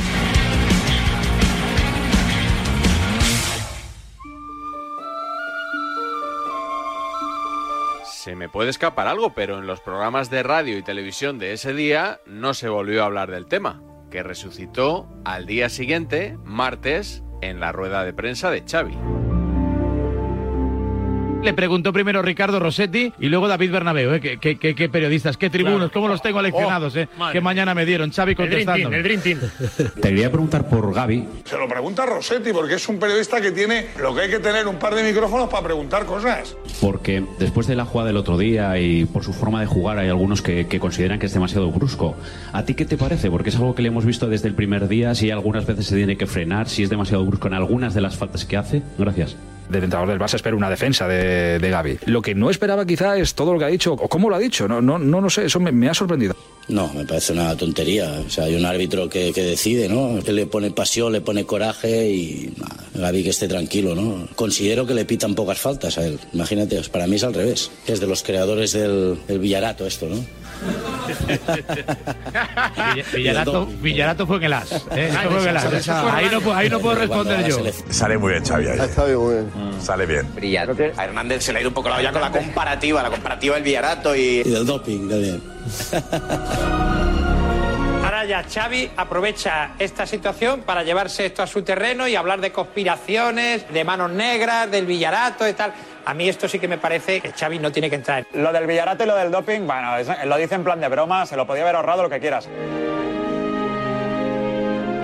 Speaker 6: Se me puede escapar algo, pero en los programas de radio y televisión de ese día no se volvió a hablar del tema, que resucitó al día siguiente, martes, en la rueda de prensa de Xavi.
Speaker 32: Le preguntó primero Ricardo Rossetti y luego David Bernabeu. ¿eh? ¿Qué, qué- qué- qué periodistas, qué tribunos,
Speaker 13: Claro. Oh,
Speaker 32: cómo los tengo leccionados, ¿eh?
Speaker 13: madre.
Speaker 32: que mañana me dieron. Xavi contestando.
Speaker 13: Te quería preguntar por Gaby.
Speaker 14: Se lo pregunta Rossetti porque es un periodista que tiene lo que hay que tener un par de micrófonos para preguntar cosas.
Speaker 13: Porque después de la jugada del otro día y por su forma de jugar hay algunos que, que consideran que es demasiado brusco. ¿A ti qué te parece? Porque es algo que le hemos visto desde el primer día, si algunas veces se tiene que frenar, si es demasiado brusco en algunas de las faltas que hace. Gracias.
Speaker 12: Del entrenador del Barça espero una defensa de, de Gaby.
Speaker 27: Lo que no esperaba quizá es todo lo que ha dicho, o cómo lo ha dicho, no, no, no, lo sé, eso me, me ha sorprendido.
Speaker 9: No, me parece una tontería. O sea, hay un árbitro que, que decide, ¿no? Que le pone pasión, le pone coraje y nada, Gaby que esté tranquilo, ¿no? Considero que le pitan pocas faltas a él. Imagínate, pues, para mí es al revés. Es de los creadores del, del Villarato esto, ¿no?
Speaker 32: Villarato, Villarato fue en el as.
Speaker 15: Ah,
Speaker 32: ¿eh? Esto fue en el as.
Speaker 33: Esa- esa-
Speaker 32: Ahí no, pu- ahí no puedo responder yo.
Speaker 33: Sale muy bien, Xavi. ahí. Sale bien.
Speaker 15: A Hernández se le ha ido un poco la olla con la comparativa, la comparativa del Villarato y...
Speaker 9: Y del doping también.
Speaker 16: Ahora ya Xavi aprovecha esta situación para llevarse esto a su terreno y hablar de conspiraciones, de manos negras, del Villarato y tal. A mí esto sí que me parece que Xavi no tiene que entrar.
Speaker 17: Lo del Villarato y lo del doping, bueno, eso- lo dice en plan de broma, se lo podía haber ahorrado lo que quieras.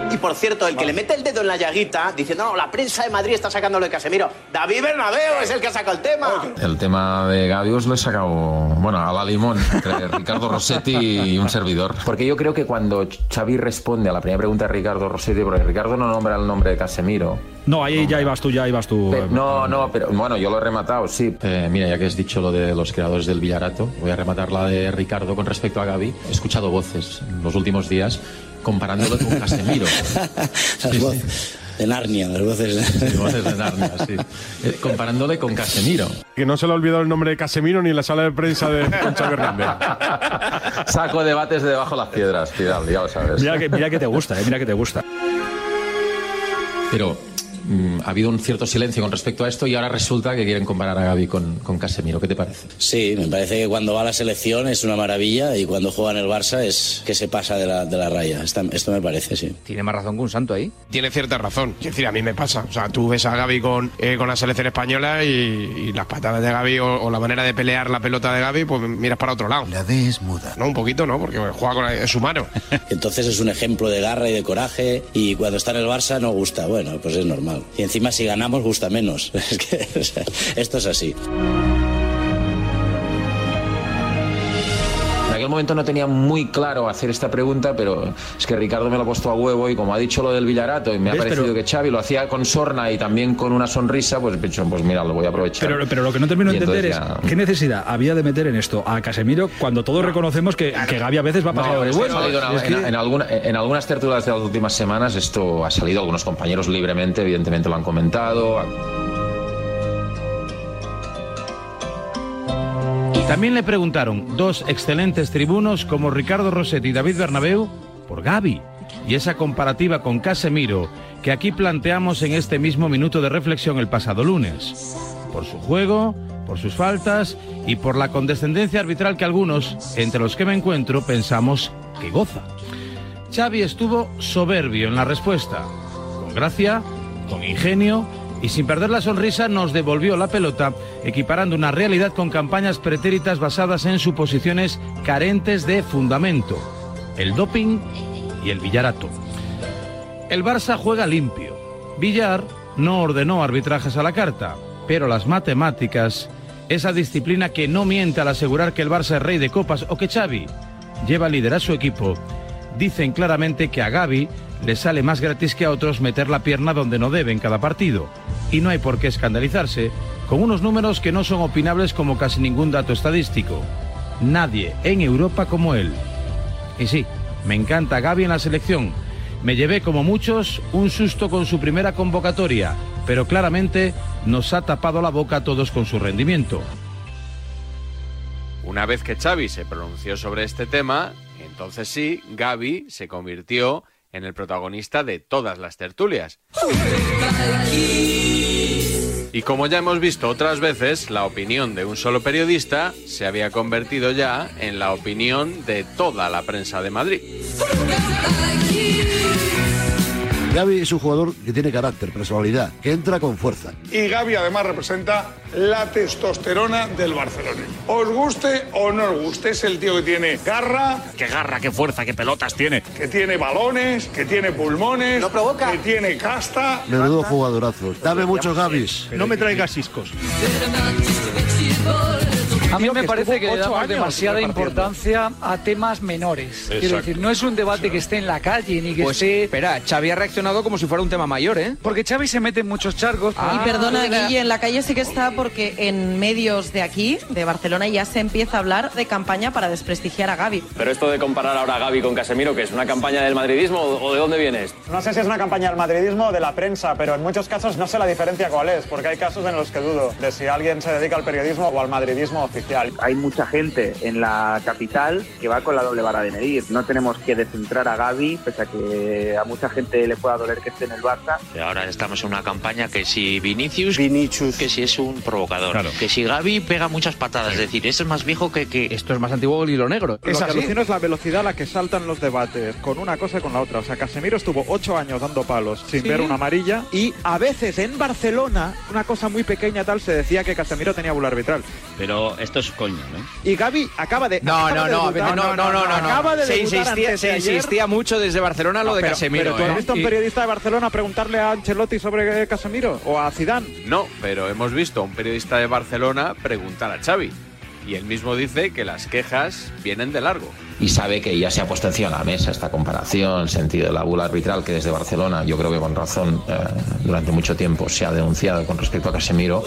Speaker 15: Y por cierto, el que le mete el dedo en la llaguita diciendo, no, la prensa de Madrid está sacándolo de Casemiro. David Bernabeu es el que saca el tema.
Speaker 26: El tema de Gaby os lo he sacado, bueno, a la limón, entre Ricardo Rossetti y un servidor. Porque yo creo que cuando Xavi responde a la primera pregunta de Ricardo Rossetti, porque Ricardo no nombra el nombre de Casemiro,
Speaker 27: No, ahí ya ibas tú, ya ibas tú.
Speaker 26: Pe- No, no, pero bueno, yo lo he rematado, sí. Eh, mira, ya que has dicho lo de los creadores del Villarato, voy a rematar la de Ricardo con respecto a Gaby. He escuchado voces en los últimos días comparándolo con Casemiro.
Speaker 9: Las voces de Narnia, las voces de...
Speaker 26: voces de Narnia, sí. Eh, comparándole con Casemiro.
Speaker 5: Que no se le ha olvidado el nombre de Casemiro ni en la sala de prensa de Concha Hernández.
Speaker 26: Saco debates de debajo las piedras, Fidal, ya lo sabes.
Speaker 27: Mira que, mira que te gusta, eh, mira que te gusta.
Speaker 26: Pero mm, ha habido un cierto silencio con respecto a esto y ahora resulta que quieren comparar a Gaby con, con Casemiro. ¿Qué te parece?
Speaker 9: Sí, me parece que cuando va a la selección es una maravilla y cuando juega en el Barça es que se pasa de la, de la raya. Esta- esto me parece, sí.
Speaker 21: Tiene más razón que un santo ahí. Tiene cierta razón. Es decir, a mí me pasa. O sea, tú ves a Gaby con, eh, con la selección española y, y las patadas de Gaby o, o la manera de pelear la pelota de Gaby, pues miras para otro lado. La D es muda. No, un poquito, ¿no? Porque juega con la- es su mano.
Speaker 9: Entonces es un ejemplo de garra y de coraje y cuando está en el Barça no gusta. Bueno, pues es normal. Y encima si ganamos gusta menos. Es que o sea, esto es así.
Speaker 26: En aquel momento no tenía muy claro hacer esta pregunta, pero es que Ricardo me lo ha puesto a huevo y como ha dicho lo del Villarato, y me ha
Speaker 25: ¿Ves?
Speaker 26: parecido
Speaker 25: Pero-
Speaker 26: que Xavi lo hacía con sorna y también con una sonrisa, pues he dicho, pues mira, lo voy a aprovechar.
Speaker 25: Pero, pero lo que no termino de
Speaker 26: Y entonces
Speaker 25: entender es
Speaker 26: ya-
Speaker 25: qué necesidad había de meter en esto a Casemiro cuando todos reconocemos que, que Gaby a veces va a
Speaker 26: No,
Speaker 25: pasar
Speaker 26: pero
Speaker 25: de
Speaker 26: esto ha
Speaker 25: huevos.
Speaker 26: salido en,
Speaker 25: Es que-
Speaker 26: en- en alguna- en algunas tertulias de las últimas semanas esto ha salido, algunos compañeros libremente evidentemente lo han comentado.
Speaker 32: También le preguntaron dos excelentes tribunos como Ricardo Rossetti y David Bernabeu por Gaby y esa comparativa con Casemiro que aquí planteamos en este mismo minuto de reflexión el pasado lunes. Por su juego, por sus faltas y por la condescendencia arbitral que algunos, entre los que me encuentro, pensamos que goza. Xavi estuvo soberbio en la respuesta, con gracia, con ingenio y sin perder la sonrisa nos devolvió la pelota, equiparando una realidad con campañas pretéritas basadas en suposiciones carentes de fundamento, el doping y el villarato. El Barça juega limpio. Villar no ordenó arbitrajes a la carta, pero las matemáticas, esa disciplina que no miente al asegurar que el Barça es rey de copas o que Xavi lleva a liderar su equipo, dicen claramente que a Gaby le sale más gratis que a otros meter la pierna donde no debe en cada partido. Y no hay por qué escandalizarse con unos números que no son opinables como casi ningún dato estadístico. Nadie en Europa como él. Y sí, me encanta Gaby en la selección. Me llevé como muchos un susto con su primera convocatoria, pero claramente nos ha tapado la boca a todos con su rendimiento.
Speaker 6: Una vez que Xavi se pronunció sobre este tema, entonces sí, Gaby se convirtió en el protagonista de todas las tertulias. Y como ya hemos visto otras veces, la opinión de un solo periodista se había convertido ya en la opinión de toda la prensa de Madrid.
Speaker 3: Gaby es un jugador que tiene carácter, personalidad, que entra con fuerza.
Speaker 27: Y Gaby además representa la testosterona del Barcelona. Os guste o no os guste, es el tío que tiene garra,
Speaker 34: Qué garra, qué fuerza, qué pelotas tiene.
Speaker 27: que tiene balones, que tiene pulmones, que tiene casta.
Speaker 3: Menudo jugadorazo. Dame muchos Gabis.
Speaker 35: No me traigas ciscos.
Speaker 36: A mí
Speaker 35: Tío,
Speaker 36: me
Speaker 35: que
Speaker 36: parece
Speaker 35: estuvo
Speaker 36: que le
Speaker 35: ocho
Speaker 36: damos
Speaker 35: años
Speaker 36: demasiada
Speaker 35: repartiendo.
Speaker 36: importancia a temas menores. Quiero
Speaker 21: Exacto.
Speaker 36: decir, no es un debate que esté en la calle ni que
Speaker 21: Pues
Speaker 36: esté.
Speaker 21: espera, Xavi ha reaccionado como si fuera un tema mayor, ¿eh? Ah.
Speaker 36: Porque Xavi se mete en muchos Ah. charcos.
Speaker 15: Ah,
Speaker 11: Y perdona, Guille, en la calle sí que está porque en medios de aquí, de Barcelona, ya se empieza a hablar de campaña para desprestigiar a Gaby.
Speaker 37: Pero esto de comparar ahora a Gaby con Casemiro, que es una campaña del madridismo, ¿o de dónde vienes?
Speaker 38: No sé si es una campaña del madridismo o de la prensa, pero en muchos casos no sé la diferencia cuál es, porque hay casos en los que dudo de si alguien se dedica al periodismo o al madridismo oficial.
Speaker 22: Hay mucha gente en la capital que va con la doble vara de medir. No tenemos que descentrar a Gaby, pese a que a mucha gente le pueda doler que esté en el Barça.
Speaker 15: Ahora estamos en una campaña que si Vinicius, que si es un provocador, que si Gaby pega muchas patadas, es decir, esto es más viejo que, que... Esto es más antiguo que el hilo negro.
Speaker 38: Lo que alucino es la velocidad a la que saltan los debates, con una cosa y con la otra. O sea, Casemiro estuvo ocho años dando palos sin
Speaker 39: Sí.
Speaker 38: ver una amarilla.
Speaker 39: Y a veces en Barcelona, una cosa muy pequeña tal, se decía que Casemiro tenía bula arbitral.
Speaker 15: Pero esto es coño, ¿no?
Speaker 39: Y Gaby acaba de.
Speaker 21: No,
Speaker 39: acaba
Speaker 21: no,
Speaker 39: de
Speaker 21: no,
Speaker 39: debutar-
Speaker 21: no, no, no, no, no.
Speaker 39: Acaba de
Speaker 21: Se
Speaker 39: debutar
Speaker 21: insistía,
Speaker 39: antes de
Speaker 21: se
Speaker 39: ayer.
Speaker 21: insistía mucho desde Barcelona lo
Speaker 39: Ah,
Speaker 21: de
Speaker 39: pero-
Speaker 21: Casemiro,
Speaker 39: pero ¿tú
Speaker 21: ¿eh?
Speaker 39: has visto a un
Speaker 21: Y-
Speaker 39: periodista de Barcelona preguntarle a Ancelotti sobre eh, Casemiro o a Zidane?
Speaker 6: No, pero hemos visto a un periodista de Barcelona preguntar a Xavi. Y él mismo dice que las quejas vienen de largo.
Speaker 26: Y sabe que ya se ha puesto encima de la mesa esta comparación, sentido de la bula arbitral que desde Barcelona, yo creo que con razón, eh, durante mucho tiempo se ha denunciado con respecto a Casemiro.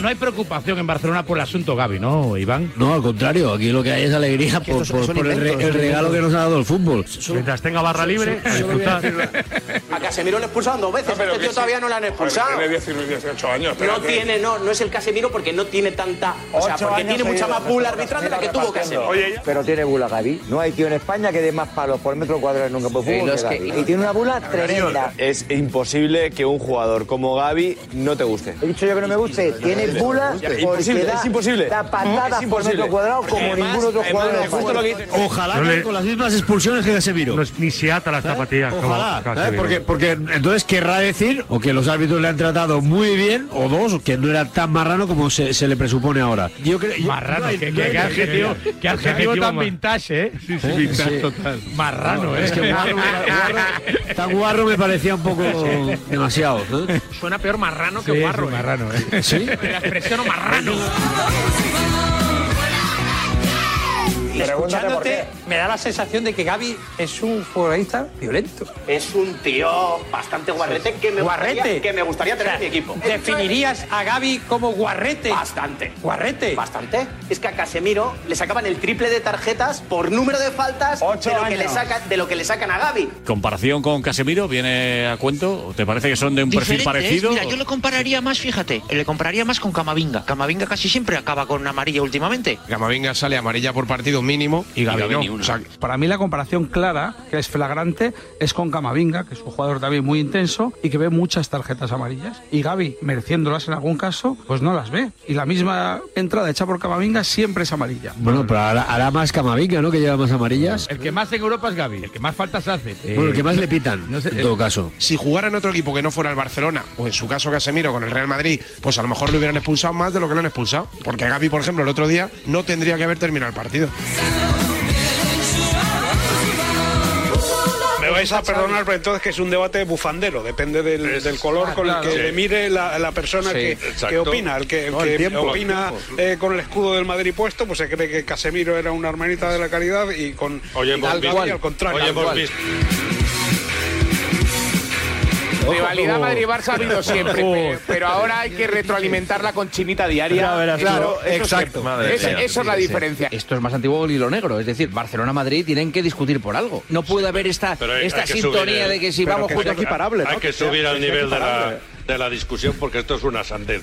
Speaker 32: No hay preocupación en Barcelona por el asunto Gaby, ¿no, Iván?
Speaker 9: No, al contrario, aquí lo que hay es alegría por, por- por el, re- el regalo que nos ha dado el fútbol.
Speaker 32: Mientras tenga barra libre, a disfrutar.
Speaker 25: Este
Speaker 40: A Casemiro le expulsaron dos veces, este tío todavía no le han expulsado.
Speaker 41: Tiene 19, 18 años.
Speaker 40: No
Speaker 41: espérate.
Speaker 40: tiene, no, no es el Casemiro porque no tiene tanta. O sea,
Speaker 41: Ocho
Speaker 40: porque
Speaker 41: años
Speaker 40: tiene mucha
Speaker 41: seguidos,
Speaker 40: más bula arbitral de la que tuvo Casemiro.
Speaker 25: Pero tiene bula Gaby. No hay tío en España que dé más palos por metro cuadrado en un campo de
Speaker 42: Sí,
Speaker 25: fútbol
Speaker 42: los
Speaker 25: que
Speaker 42: que-
Speaker 25: Gavi. Y tiene una bula tremenda.
Speaker 42: Es imposible que un jugador como Gaby no te guste.
Speaker 25: He dicho yo que no me guste. Tiene bula
Speaker 42: Es
Speaker 25: porque
Speaker 42: imposible,
Speaker 25: da,
Speaker 42: es imposible.
Speaker 25: da
Speaker 42: Es
Speaker 25: patadas por
Speaker 42: imposible.
Speaker 25: metro cuadrado como
Speaker 42: Además,
Speaker 25: ningún otro
Speaker 42: además,
Speaker 25: jugador.
Speaker 42: es justo lo que dice-
Speaker 25: Ojalá
Speaker 43: No le-
Speaker 25: con las mismas expulsiones que Casemiro. ¿Eh?
Speaker 43: ni se ata las zapatillas.
Speaker 44: Ah,
Speaker 25: Ojalá,
Speaker 43: como
Speaker 25: Ah, ¿sabes?
Speaker 43: Casemiro.
Speaker 25: Porque, porque entonces querrá decir o que los árbitros le han tratado muy bien o dos, que no era tan marrano como se, se le presupone ahora. Yo creo yo-
Speaker 32: Marrano,
Speaker 25: no hay-
Speaker 32: que,
Speaker 25: no
Speaker 32: que-
Speaker 25: hay-
Speaker 32: que adjetivo, que adjetivo tan vintage, ¿eh? Sí,
Speaker 25: sí, vintage total.
Speaker 32: Marrano,
Speaker 25: No,
Speaker 32: ¿eh?
Speaker 25: es que guarro- Tan guarro me parecía un poco demasiado. ¿eh?
Speaker 32: Suena peor marrano
Speaker 25: Sí,
Speaker 32: guarro.
Speaker 25: sí,
Speaker 32: marrano,
Speaker 25: ¿eh?
Speaker 44: eh.
Speaker 25: Sí.
Speaker 32: La expresión marrano.
Speaker 42: Escuchándote,
Speaker 45: me da la sensación de que Gaby es un futbolista violento.
Speaker 42: Es un tío bastante guarrete que me
Speaker 45: Guarrete.
Speaker 42: gustaría, que me gustaría tener
Speaker 45: O sea,
Speaker 42: en mi equipo.
Speaker 45: definirías
Speaker 42: a Gaby como guarrete? Bastante. ¿Guarrete? Bastante. Es que a Casemiro le sacaban el triple de tarjetas por número de faltas de lo, que le
Speaker 44: años.
Speaker 42: sacan, de lo que le sacan a Gaby.
Speaker 44: ¿Comparación con Casemiro viene a cuento? ¿O ¿Te parece que son de un perfil
Speaker 46: Diferentes,
Speaker 44: parecido?
Speaker 46: Mira, yo le compararía más, fíjate, le compararía más con Camavinga. Camavinga casi siempre acaba con una amarilla últimamente.
Speaker 47: Camavinga sale amarilla por partido mínimo y Gaby,
Speaker 46: Gavi
Speaker 47: no.
Speaker 46: ni una.
Speaker 47: O sea,
Speaker 48: Para mí la comparación clara, que es flagrante, es con Camavinga, que es un jugador también muy intenso y que ve muchas tarjetas amarillas. Y Gaby, mereciéndolas en algún caso, pues no las ve. Y la misma entrada hecha por Camavinga siempre es amarilla.
Speaker 25: Bueno, pero hará, hará más Camavinga, ¿no? Que lleva más amarillas.
Speaker 32: El que más en Europa es Gaby, el que más faltas hace.
Speaker 25: Bueno, el que más le pitan,
Speaker 32: no sé,
Speaker 25: en todo caso.
Speaker 47: Si jugara en otro equipo que no fuera el Barcelona, o en su caso Casemiro con el Real Madrid, pues a lo mejor lo hubieran expulsado más de lo que lo han expulsado. Porque Gaby, por ejemplo, el otro día no tendría que haber terminado el partido.
Speaker 21: Me vais a perdonar, pero entonces que es un debate bufandero, depende del, del color con el
Speaker 43: ah, claro.
Speaker 21: que
Speaker 43: Sí.
Speaker 21: le mire la, la persona
Speaker 43: Sí,
Speaker 21: que,
Speaker 43: exacto.
Speaker 21: que opina. El que, el
Speaker 43: No, el
Speaker 21: que
Speaker 43: tiempo, el
Speaker 21: opina
Speaker 43: tiempo.
Speaker 21: eh, con el escudo del Madrid puesto, pues se cree que Casemiro era una hermanita de la caridad y con
Speaker 43: Oye,
Speaker 21: y
Speaker 43: Bob
Speaker 21: Gavi,
Speaker 43: Bisbal.
Speaker 21: al contrario.
Speaker 43: Oye,
Speaker 21: Tal
Speaker 43: Bob
Speaker 21: cual.
Speaker 43: Bisbal.
Speaker 47: Oh.
Speaker 21: Rivalidad
Speaker 43: como-
Speaker 21: Madrid-Barça ha habido siempre,
Speaker 43: Ojo.
Speaker 21: pero- pero ahora hay que retroalimentarla con chinita diaria. Ya verás, Claro, tú. eso es cierto. Madre Es- mía. eso es la diferencia.
Speaker 49: Esto es más antiguo que el hilo negro. Es decir, Barcelona-Madrid tienen que discutir por algo. No puede haber esta,
Speaker 21: Pero hay- hay
Speaker 49: esta
Speaker 21: que subir
Speaker 49: sintonía
Speaker 21: el-
Speaker 49: de que si
Speaker 21: pero
Speaker 49: vamos
Speaker 21: que
Speaker 49: juntos...
Speaker 21: sea equiparable, ¿no? Hay que Que sea- subir que al sea nivel de la, equiparable. de la discusión porque esto es una sandez.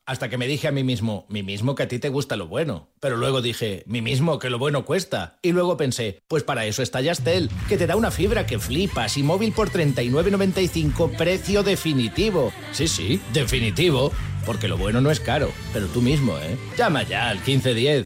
Speaker 15: hasta que me dije a mí mismo, mí mismo que a ti te gusta lo bueno. Pero luego dije, mí mismo que lo bueno cuesta. Y luego pensé, pues para eso está Yastel, que te da una fibra que flipas y móvil por 39.95, precio definitivo. Sí, sí, definitivo, porque lo bueno no es caro, pero tú mismo, ¿eh? Llama ya al 1510.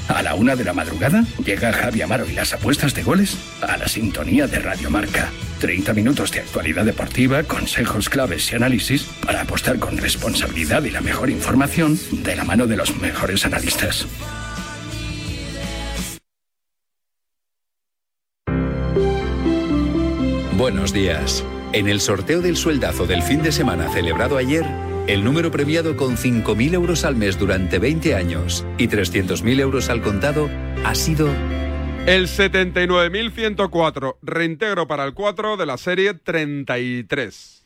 Speaker 50: A la una de la madrugada llega Javi Amaro y las apuestas de goles a la sintonía de Radio Marca. 30 minutos de actualidad deportiva, consejos claves y análisis para apostar con responsabilidad y la mejor información de la mano de los mejores analistas. Buenos días. En el sorteo del sueldazo del fin de semana celebrado ayer, el número premiado con 5.000 euros al mes durante 20 años y 300.000 euros al contado ha sido
Speaker 2: El 79.104, reintegro para el 4 de la serie 33.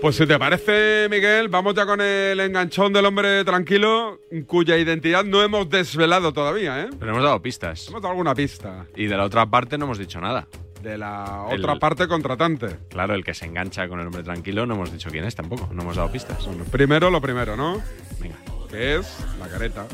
Speaker 2: Pues si te parece, Miguel, vamos ya con el enganchón del hombre tranquilo, cuya identidad no hemos desvelado todavía, ¿eh?
Speaker 6: Pero hemos dado pistas.
Speaker 2: Hemos dado alguna pista.
Speaker 6: Y de la otra parte no hemos dicho nada.
Speaker 2: De la otra
Speaker 6: El-
Speaker 2: parte contratante.
Speaker 6: Claro, el que se engancha con el hombre tranquilo no hemos dicho quién es tampoco. No hemos dado pistas.
Speaker 2: Primero lo primero, ¿no? Que es la careta.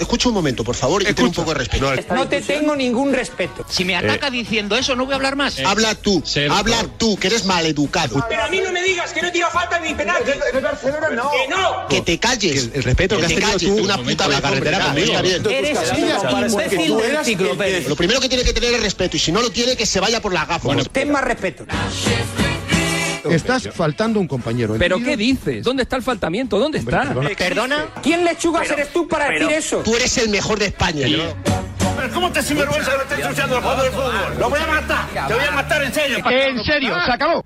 Speaker 51: Escucha un momento, por favor, y ten un poco de respeto.
Speaker 15: No te tengo ningún respeto. Si
Speaker 50: Eh,
Speaker 15: me
Speaker 51: ataca
Speaker 15: diciendo eso, no voy a hablar más.
Speaker 51: Habla tú, habla tú, que eres maleducado.
Speaker 15: Pero a mí no me digas que no tira falta ni
Speaker 50: Eh,
Speaker 15: penalti.
Speaker 51: no.
Speaker 15: Que no.
Speaker 51: Que te calles. el respeto que has tenido tú una puta la carretera conmigo.
Speaker 15: Eres un imbécil de enciclopedia.
Speaker 51: Lo primero que tiene que tener es respeto y si no lo tiene que se vaya por la gafa.
Speaker 15: ten más respeto.
Speaker 52: Estás faltando un
Speaker 21: ¿eh?
Speaker 52: compañero.
Speaker 53: ¿Pero qué dices? ¿Dónde está el faltamiento? ¿Dónde está?
Speaker 15: ¿Quién lechugas
Speaker 53: Pero-
Speaker 15: eres tú para
Speaker 53: pero-
Speaker 15: decir eso?
Speaker 51: Tú eres el mejor de España.
Speaker 15: Pero ¿cómo te sinvergüenza que lo estés ensuciando el juego del fútbol? ¡Lo voy a matar! ¡Te voy a matar en serio!
Speaker 51: En serio, se
Speaker 15: acabó!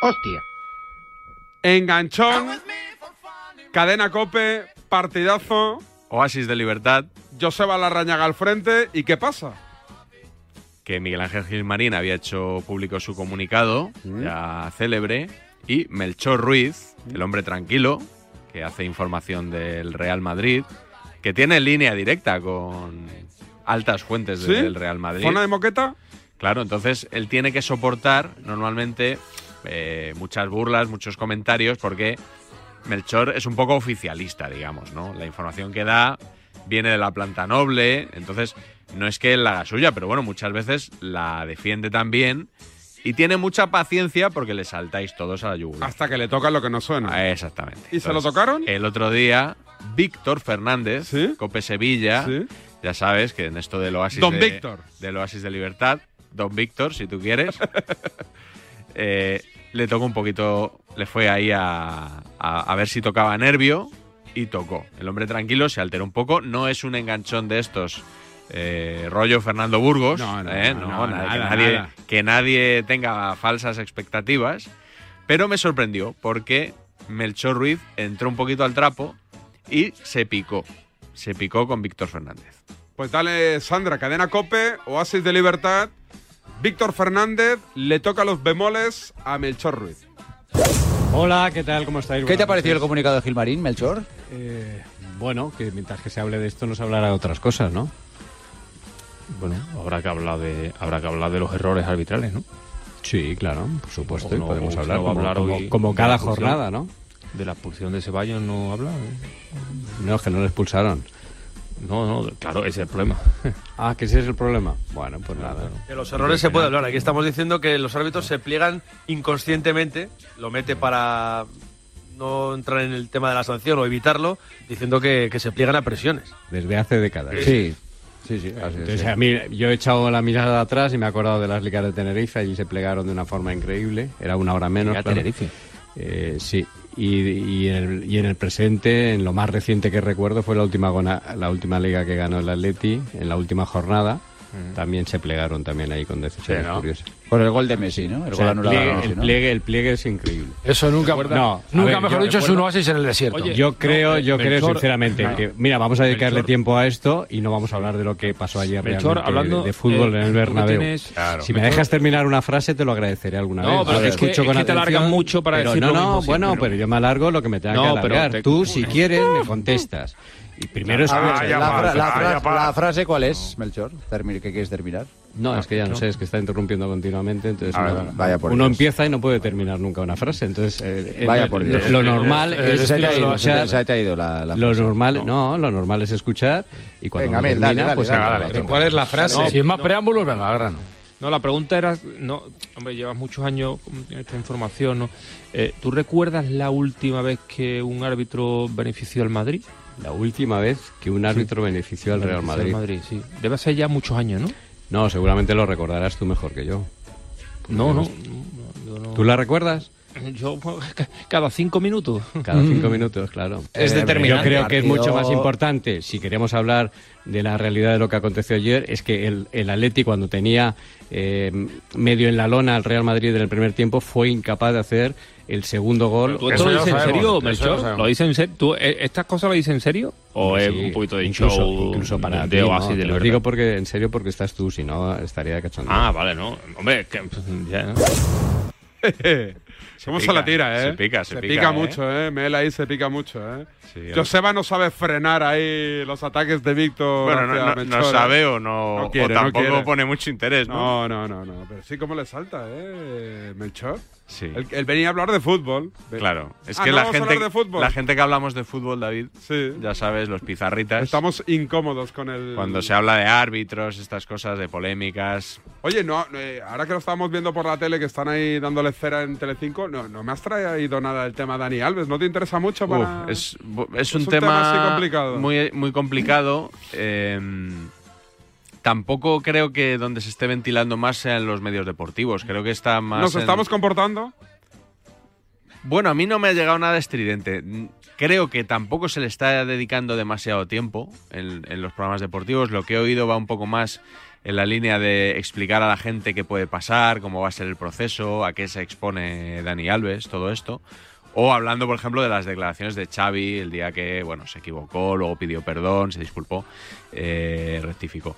Speaker 2: Hostia. Enganchón. Cadena Cope. Partidazo.
Speaker 6: Oasis de Libertad,
Speaker 2: Joseba Larrañaga al frente. ¿Y qué pasa?
Speaker 6: que Miguel Ángel Gilmarín había hecho público su comunicado,
Speaker 2: Mm.
Speaker 6: ya célebre, y Melchor Ruiz, el hombre tranquilo, que hace información del Real Madrid, que tiene línea directa con altas fuentes
Speaker 2: ¿Sí?
Speaker 6: del Real Madrid.
Speaker 2: ¿Zona de moqueta?
Speaker 6: Claro, entonces él tiene que soportar normalmente eh, muchas burlas, muchos comentarios, porque Melchor es un poco oficialista, digamos, ¿no? La información que da viene de la planta noble, entonces no es que él la haga suya, pero bueno, muchas veces la defiende también y tiene mucha paciencia porque le saltáis todos a la yugular. Ah,
Speaker 2: Hasta que le tocan lo que no suena.
Speaker 6: Exactamente.
Speaker 2: ¿Y se lo
Speaker 6: Entonces,
Speaker 2: tocaron?
Speaker 6: El otro día, Víctor Fernández, Cope Sevilla, ya sabes que en esto del oasis,
Speaker 2: Don
Speaker 6: de,
Speaker 2: Víctor.
Speaker 6: del oasis de libertad, Don Víctor, si tú quieres, eh, le tocó un poquito, le fue ahí a, a- a ver si tocaba nervio y tocó. El hombre tranquilo se alteró un poco, no es un enganchón de estos. eh, rollo Fernando Burgos, ¿eh? No,
Speaker 2: no, no,
Speaker 6: nada,
Speaker 2: nada,
Speaker 6: que, nadie,
Speaker 2: nada.
Speaker 6: que nadie tenga falsas expectativas, pero me sorprendió porque Melchor Ruiz entró un poquito al trapo y se picó. Se picó con Víctor Fernández.
Speaker 2: Pues dale, Sandra, cadena cope, oasis de libertad. Víctor Fernández le toca los bemoles a Melchor Ruiz.
Speaker 4: Hola, ¿qué tal? ¿Cómo estáis?
Speaker 50: ¿Qué te ha
Speaker 4: Buenas
Speaker 50: parecido el
Speaker 4: noches.
Speaker 50: comunicado de Gilmarín, Melchor?
Speaker 4: Eh, bueno, que mientras que se hable de esto no se hablará de otras cosas, ¿no? Bueno, habrá que hablar de, habrá que hablar de los errores arbitrales, ¿no? Sí, claro, por supuesto,
Speaker 21: y podemos hablar,
Speaker 4: como,
Speaker 21: como-
Speaker 4: como-
Speaker 21: hoy
Speaker 4: como
Speaker 21: de
Speaker 4: cada
Speaker 21: la expulsión.
Speaker 4: jornada, ¿no?
Speaker 21: De la expulsión de Ceballos no ¿eh? habla.
Speaker 4: No, es que no le expulsaron. No, no, claro, ese es el problema. ah, que ese es el problema. Bueno, pues nada.
Speaker 54: De los errores se puede hablar. Aquí estamos diciendo que los árbitros se pliegan inconscientemente, lo mete para no entrar en el tema de la sanción o evitarlo, diciendo que, que se pliegan a presiones.
Speaker 4: Desde hace décadas.
Speaker 54: Sí.
Speaker 4: Sí, sí. Entonces,
Speaker 54: sí.
Speaker 4: a mí, yo he echado la mirada atrás y me he acordado de las ligas de Tenerife. Allí se plegaron de una forma increíble. Era una hora menos.
Speaker 50: Liga
Speaker 4: claro.
Speaker 50: Tenerife.
Speaker 4: Eh, sí. Y, y en el, y en el presente, en lo más reciente que recuerdo, fue la última, gona- la última liga que ganó el Atleti, en la última jornada. También se plegaron también ahí con decisiones
Speaker 50: Sí, ¿no?
Speaker 4: curiosas.
Speaker 50: Por el gol de Messi, ¿no? El
Speaker 4: O sea,
Speaker 50: gol
Speaker 4: el,
Speaker 50: anulado
Speaker 4: pliegue,
Speaker 50: a Messi,
Speaker 4: el
Speaker 50: ¿no?
Speaker 4: pliegue- el pliegue es increíble.
Speaker 50: Eso nunca-
Speaker 4: No, a
Speaker 50: nunca,
Speaker 4: ver,
Speaker 50: mejor
Speaker 4: yo
Speaker 50: dicho, es
Speaker 4: recuerdo-
Speaker 50: un oasis en el desierto. Oye,
Speaker 4: yo creo,
Speaker 50: no,
Speaker 4: yo
Speaker 50: eh,
Speaker 4: creo
Speaker 50: Melchor-
Speaker 4: sinceramente
Speaker 50: no.
Speaker 4: que mira, vamos a dedicarle tiempo a esto y no vamos a hablar de lo que pasó ayer
Speaker 21: Melchor,
Speaker 4: realmente,
Speaker 21: hablando,
Speaker 4: de, de fútbol en
Speaker 21: eh,
Speaker 4: el
Speaker 21: tú que
Speaker 4: Bernabéu.
Speaker 21: tienes- Claro.
Speaker 4: Si me
Speaker 21: Melchor-
Speaker 4: dejas terminar una frase te lo agradeceré alguna
Speaker 21: No,
Speaker 4: vez.
Speaker 21: pero
Speaker 4: Ahora
Speaker 21: es que-
Speaker 4: escucho
Speaker 21: es
Speaker 4: con
Speaker 21: que te
Speaker 4: atención,
Speaker 21: alargan mucho para
Speaker 4: pero
Speaker 21: decir
Speaker 4: no,
Speaker 21: lo mismo
Speaker 4: no,
Speaker 21: siempre,
Speaker 4: bueno,
Speaker 21: ¿no?
Speaker 4: pero yo me alargo lo que me tenga
Speaker 21: No,
Speaker 4: que
Speaker 21: pero
Speaker 4: alargar.
Speaker 21: te-
Speaker 4: Tú si quieres me contestas. Y primero
Speaker 50: A ver,
Speaker 4: escucha.
Speaker 50: Ah, la, fra-
Speaker 4: Ah,
Speaker 50: la fra- la frase, ¿cuál es, Melchor? Termi- ¿Qué quieres terminar?
Speaker 4: No, es que ya no sé, es que está interrumpiendo continuamente, entonces
Speaker 50: Ah,
Speaker 4: no-
Speaker 50: vale, vaya por
Speaker 4: uno
Speaker 50: Dios.
Speaker 4: empieza y no puede terminar nunca una frase, entonces eh, eh,
Speaker 50: Vaya por
Speaker 4: lo-
Speaker 50: Dios.
Speaker 4: lo normal
Speaker 50: Eh,
Speaker 4: es
Speaker 50: se te ha ido,
Speaker 4: escuchar-
Speaker 50: se te- se te ha ido la- la
Speaker 4: lo
Speaker 50: frase.
Speaker 4: normal, no. lo normal es escuchar y cuando
Speaker 50: Venga,
Speaker 4: uno
Speaker 50: Mel,
Speaker 4: termina,
Speaker 50: dale, dale,
Speaker 4: pues
Speaker 50: dale,
Speaker 4: habla
Speaker 50: dale.
Speaker 4: otro.
Speaker 21: Pero ¿cuál es la frase? No,
Speaker 50: si es más
Speaker 21: no.
Speaker 50: preámbulos, venga, al grano.
Speaker 21: No, la pregunta era, no, hombre, llevas muchos años con esta información, ¿no? Eh, ¿Tú recuerdas la última vez que un árbitro benefició al Madrid?
Speaker 4: La última vez que un árbitro benefició al Real Madrid.
Speaker 21: Benefició al sí. Debe ser ya muchos años, ¿no?
Speaker 4: No, seguramente lo recordarás tú mejor que yo.
Speaker 21: No, no.
Speaker 4: ¿Tú la recuerdas?
Speaker 21: Yo, ca- cada cinco minutos. Mm.
Speaker 4: Cada cinco minutos, claro.
Speaker 21: Es
Speaker 4: Eh,
Speaker 21: determinante.
Speaker 4: Yo creo que es
Speaker 21: Partido-
Speaker 4: mucho más importante, si queremos hablar de la realidad de lo que aconteció ayer, es que el, el Atleti cuando tenía eh, medio en la lona al Real Madrid en el primer tiempo fue incapaz de hacer el segundo gol.
Speaker 21: ¿Tú esto lo dices en serio, Melchor? ¿Lo dices en serio? ¿Tú, eh, ¿Estas cosas lo dices en serio? ¿O es
Speaker 4: Sí,
Speaker 21: un poquito de
Speaker 4: incluso,
Speaker 21: show
Speaker 4: incluso para
Speaker 21: de
Speaker 4: ti, ¿no?
Speaker 21: Oasis
Speaker 4: Te
Speaker 21: de
Speaker 4: lo
Speaker 21: libertad?
Speaker 4: digo porque en serio porque estás tú, si no estaría de cachondeo.
Speaker 21: Ah, vale, no. Hombre, que, ya, ¿no?
Speaker 2: Somos
Speaker 21: pica,
Speaker 2: a la tira, ¿eh?
Speaker 21: se pica, se
Speaker 2: pica.
Speaker 21: pica, ¿eh?
Speaker 2: mucho, ¿eh? Mel ahí se pica mucho, ¿eh?
Speaker 6: Sí,
Speaker 2: Joseba no sabe frenar ahí los ataques de Víctor.
Speaker 6: Bueno, no-
Speaker 2: hacia
Speaker 6: no-
Speaker 2: Melchor,
Speaker 6: no
Speaker 2: ¿eh?
Speaker 6: sabe o no- o tampoco pone mucho interés, ¿no?
Speaker 2: No, no, no, no. Pero sí, cómo le salta, ¿eh? Melchor.
Speaker 6: Sí.
Speaker 2: Él, él venía a hablar de fútbol. Ve-
Speaker 6: Claro, es
Speaker 2: Ah,
Speaker 6: que
Speaker 2: ¿no
Speaker 6: la,
Speaker 2: vamos a
Speaker 6: gente,
Speaker 2: hablar de fútbol?
Speaker 6: la gente que hablamos de fútbol, David, ya sabes, los pizarritas,
Speaker 2: Estamos incómodos con el.
Speaker 6: cuando se habla de árbitros, estas cosas, de polémicas,
Speaker 2: Oye, no, eh, ahora que lo estábamos viendo por la tele, que están ahí dándole cera en Telecinco, no, no me has traído nada el tema Dani Alves. ¿No te interesa mucho para...?
Speaker 6: Uf, es, bu- es
Speaker 2: Ah. es
Speaker 6: un,
Speaker 2: un
Speaker 6: tema,
Speaker 2: tema así complicado.
Speaker 6: muy, muy complicado. Em, tampoco creo que donde se esté ventilando más sean los medios deportivos. Creo que está más.
Speaker 2: ¿Nos
Speaker 6: en-
Speaker 2: estamos comportando?
Speaker 6: Bueno, a mí no me ha llegado nada estridente. Mm, Creo que tampoco se le está dedicando demasiado tiempo en, en los programas deportivos. Lo que he oído va un poco más en la línea de explicar a la gente qué puede pasar, cómo va a ser el proceso, a qué se expone Dani Alves, todo esto. O hablando, por ejemplo, de las declaraciones de Xavi el día que, bueno, se equivocó, luego pidió perdón, se disculpó, eh, rectificó.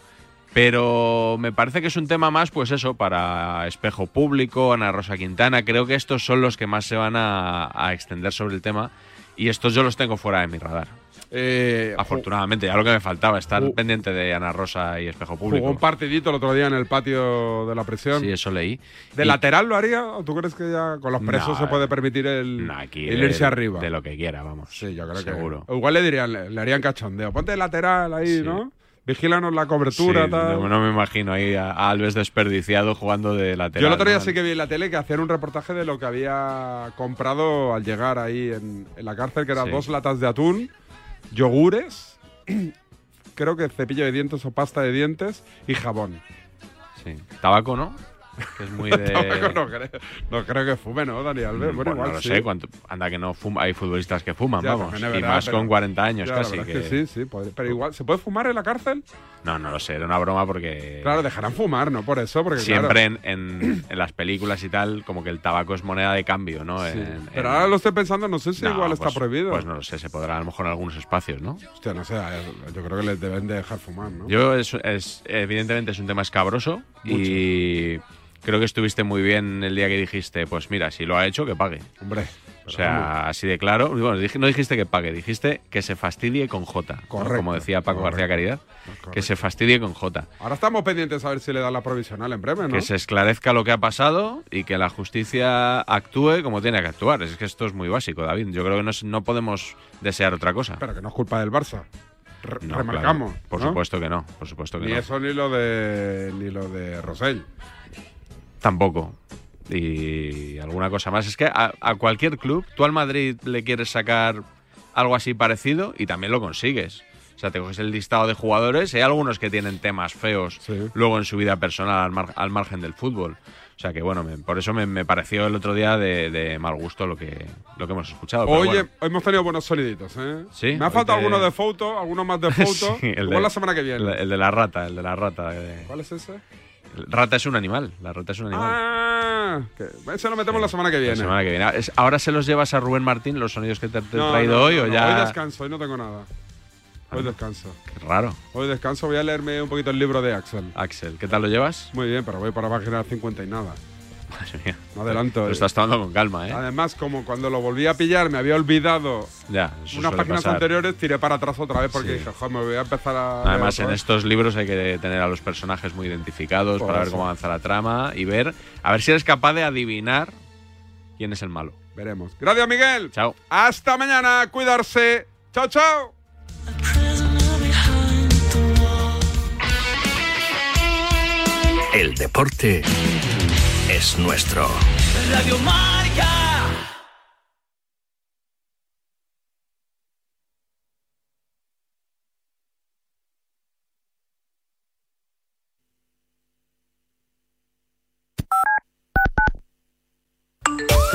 Speaker 6: Pero me parece que es un tema más, pues eso, para Espejo Público, Ana Rosa Quintana. Creo que estos son los que más se van a, a extender sobre el tema. Y estos yo los tengo fuera de mi radar.
Speaker 2: Eh,
Speaker 6: Afortunadamente, ya lo que me faltaba, estar pendiente de Ana Rosa y Espejo
Speaker 2: Jugó
Speaker 6: Público.
Speaker 2: un partidito el otro día en el patio de la prisión.
Speaker 6: Sí, eso leí.
Speaker 2: ¿De
Speaker 6: Y-
Speaker 2: lateral lo haría o tú crees que ya con los presos
Speaker 6: No,
Speaker 2: se puede permitir el,
Speaker 6: Aquí
Speaker 2: el
Speaker 6: de-
Speaker 2: irse arriba?
Speaker 6: De lo que quiera, vamos. Sí, yo
Speaker 2: creo que-
Speaker 6: Seguro.
Speaker 2: O Igual le dirían, le, le harían cachondeo. Ponte de lateral ahí, ¿no? Vigílanos la cobertura,
Speaker 6: Sí,
Speaker 2: tal.
Speaker 6: No, no me imagino ahí a, a Alves desperdiciado jugando de lateral.
Speaker 2: Yo el otro día
Speaker 6: ¿no?
Speaker 2: sí que vi en la tele que hacían un reportaje de lo que había comprado al llegar ahí en, en la cárcel, que eran
Speaker 6: Sí.
Speaker 2: dos latas de atún, yogures, creo que cepillo de dientes o pasta de dientes y jabón.
Speaker 6: Sí. Tabaco, ¿no? Que es muy de.
Speaker 2: Tabaco no creo, no creo que fume, ¿no, Dani Alves?
Speaker 6: Mm,
Speaker 2: Bueno,
Speaker 6: bueno,
Speaker 2: igual
Speaker 6: no lo
Speaker 2: sí.
Speaker 6: sé, cuánto- anda que no fuma, hay futbolistas que fuman,
Speaker 2: Ya,
Speaker 6: vamos,
Speaker 2: también es
Speaker 6: y
Speaker 2: verdad,
Speaker 6: más
Speaker 2: pero-
Speaker 6: con 40 años
Speaker 2: Ya, la
Speaker 6: casi.
Speaker 2: verdad
Speaker 6: Que, Eh,
Speaker 2: es que sí, sí, podría- pero igual, ¿se puede fumar en la cárcel?
Speaker 6: No, no lo sé, era una broma porque
Speaker 2: Claro, dejarán fumar, ¿no? Por eso, porque
Speaker 6: siempre
Speaker 2: claro.
Speaker 6: en, en- en las películas y tal, como que el tabaco es moneda de cambio, ¿no?
Speaker 2: Sí.
Speaker 6: En- en-
Speaker 2: Pero ahora lo estoy pensando, no sé si
Speaker 6: No,
Speaker 2: igual está
Speaker 6: pues-
Speaker 2: prohibido.
Speaker 6: Pues no lo sé, se podrá a lo mejor en algunos espacios, ¿no?
Speaker 2: Hostia, no sé, yo creo que les deben de dejar fumar, ¿no?
Speaker 6: Yo, es, es- evidentemente, es un tema escabroso y creo que estuviste muy bien el día que dijiste, pues mira, si lo ha hecho, que pague.
Speaker 2: Hombre.
Speaker 6: O sea, así de claro. Y Bueno, dij- no dijiste que pague, dijiste que se fastidie con J. ¿no?
Speaker 2: Correcto.
Speaker 6: Como decía Paco García Caridad, que se fastidie con J.
Speaker 2: Ahora estamos pendientes a ver si le dan la provisional en breve, ¿no?
Speaker 6: Que se esclarezca lo que ha pasado y que la justicia actúe como tiene que actuar. Es que esto es muy básico, David. Yo creo que no, es- no podemos desear otra cosa.
Speaker 2: Pero que no es culpa del Barça. Re-
Speaker 6: No,
Speaker 2: remarcamos.
Speaker 6: claro. Por
Speaker 2: ¿no?
Speaker 6: supuesto que no, por supuesto que
Speaker 2: Ni
Speaker 6: no.
Speaker 2: eso ni lo de ni lo de Rosell.
Speaker 6: Tampoco. Y alguna cosa más. Es que a, a cualquier club, tú al Madrid le quieres sacar algo así parecido y también lo consigues. O sea, te coges el listado de jugadores y hay algunos que tienen temas feos luego en su vida personal al, mar- al margen del fútbol. O sea que bueno, me- por eso me, me pareció el otro día de, de mal gusto lo que, lo que hemos escuchado. Ah, pero
Speaker 2: Oye,
Speaker 6: bueno.
Speaker 2: hoy hemos tenido buenos soliditos, ¿eh?
Speaker 6: Sí,
Speaker 2: Me ha
Speaker 6: hoy
Speaker 2: faltado
Speaker 6: te-
Speaker 2: alguno de foto, alguno más de foto.
Speaker 6: Sí, el
Speaker 2: Igual
Speaker 6: de-
Speaker 2: la semana que viene.
Speaker 6: El, el de la rata, el de la rata. eh.
Speaker 2: ¿Cuál es ese?
Speaker 6: El- Rata es un animal, la rata es un animal.
Speaker 2: Ah, que- ese lo metemos la semana que
Speaker 6: La
Speaker 2: viene.
Speaker 6: semana que viene. Es- Ahora se los llevas a Rubén Martín los sonidos que te, te he
Speaker 2: No,
Speaker 6: traído
Speaker 2: no,
Speaker 6: hoy
Speaker 2: no,
Speaker 6: o
Speaker 2: no,
Speaker 6: ya. Ah,
Speaker 2: Hoy descanso, hoy no tengo nada. Hoy descanso.
Speaker 6: Qué Raro.
Speaker 2: Hoy descanso, voy a leerme un poquito el libro de Axel.
Speaker 6: Axel, ¿qué tal lo llevas?
Speaker 2: Muy bien, pero voy para página 50 y nada.
Speaker 6: Madre mía.
Speaker 2: No adelanto,
Speaker 6: Lo
Speaker 2: eh.
Speaker 6: estás tomando con calma, ¿eh?
Speaker 2: Además, como cuando lo volví a pillar me había olvidado
Speaker 6: Ya, eso
Speaker 2: unas
Speaker 6: suele
Speaker 2: páginas
Speaker 6: pasar.
Speaker 2: anteriores, tiré para atrás otra vez porque
Speaker 6: Sí.
Speaker 2: dije, joder, me voy a empezar a.
Speaker 6: Además, en
Speaker 2: leer otra
Speaker 6: estos libros hay que tener a los personajes muy identificados
Speaker 2: Por
Speaker 6: para ver
Speaker 2: eso.
Speaker 6: cómo avanza la trama y ver, a ver si eres capaz de adivinar quién es el malo.
Speaker 2: vez". Veremos. Gracias, Miguel.
Speaker 6: Chao.
Speaker 2: Hasta mañana, cuidarse. Chao, chao.
Speaker 25: El deporte es nuestro.
Speaker 11: Radio Marca.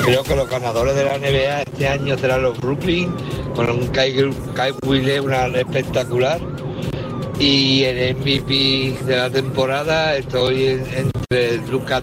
Speaker 21: Creo que los ganadores de la NBA este año serán los Brooklyn, con un Kai, Kai Wheeler, una espectacular. Y el MVP de la temporada estoy en- entre Lucas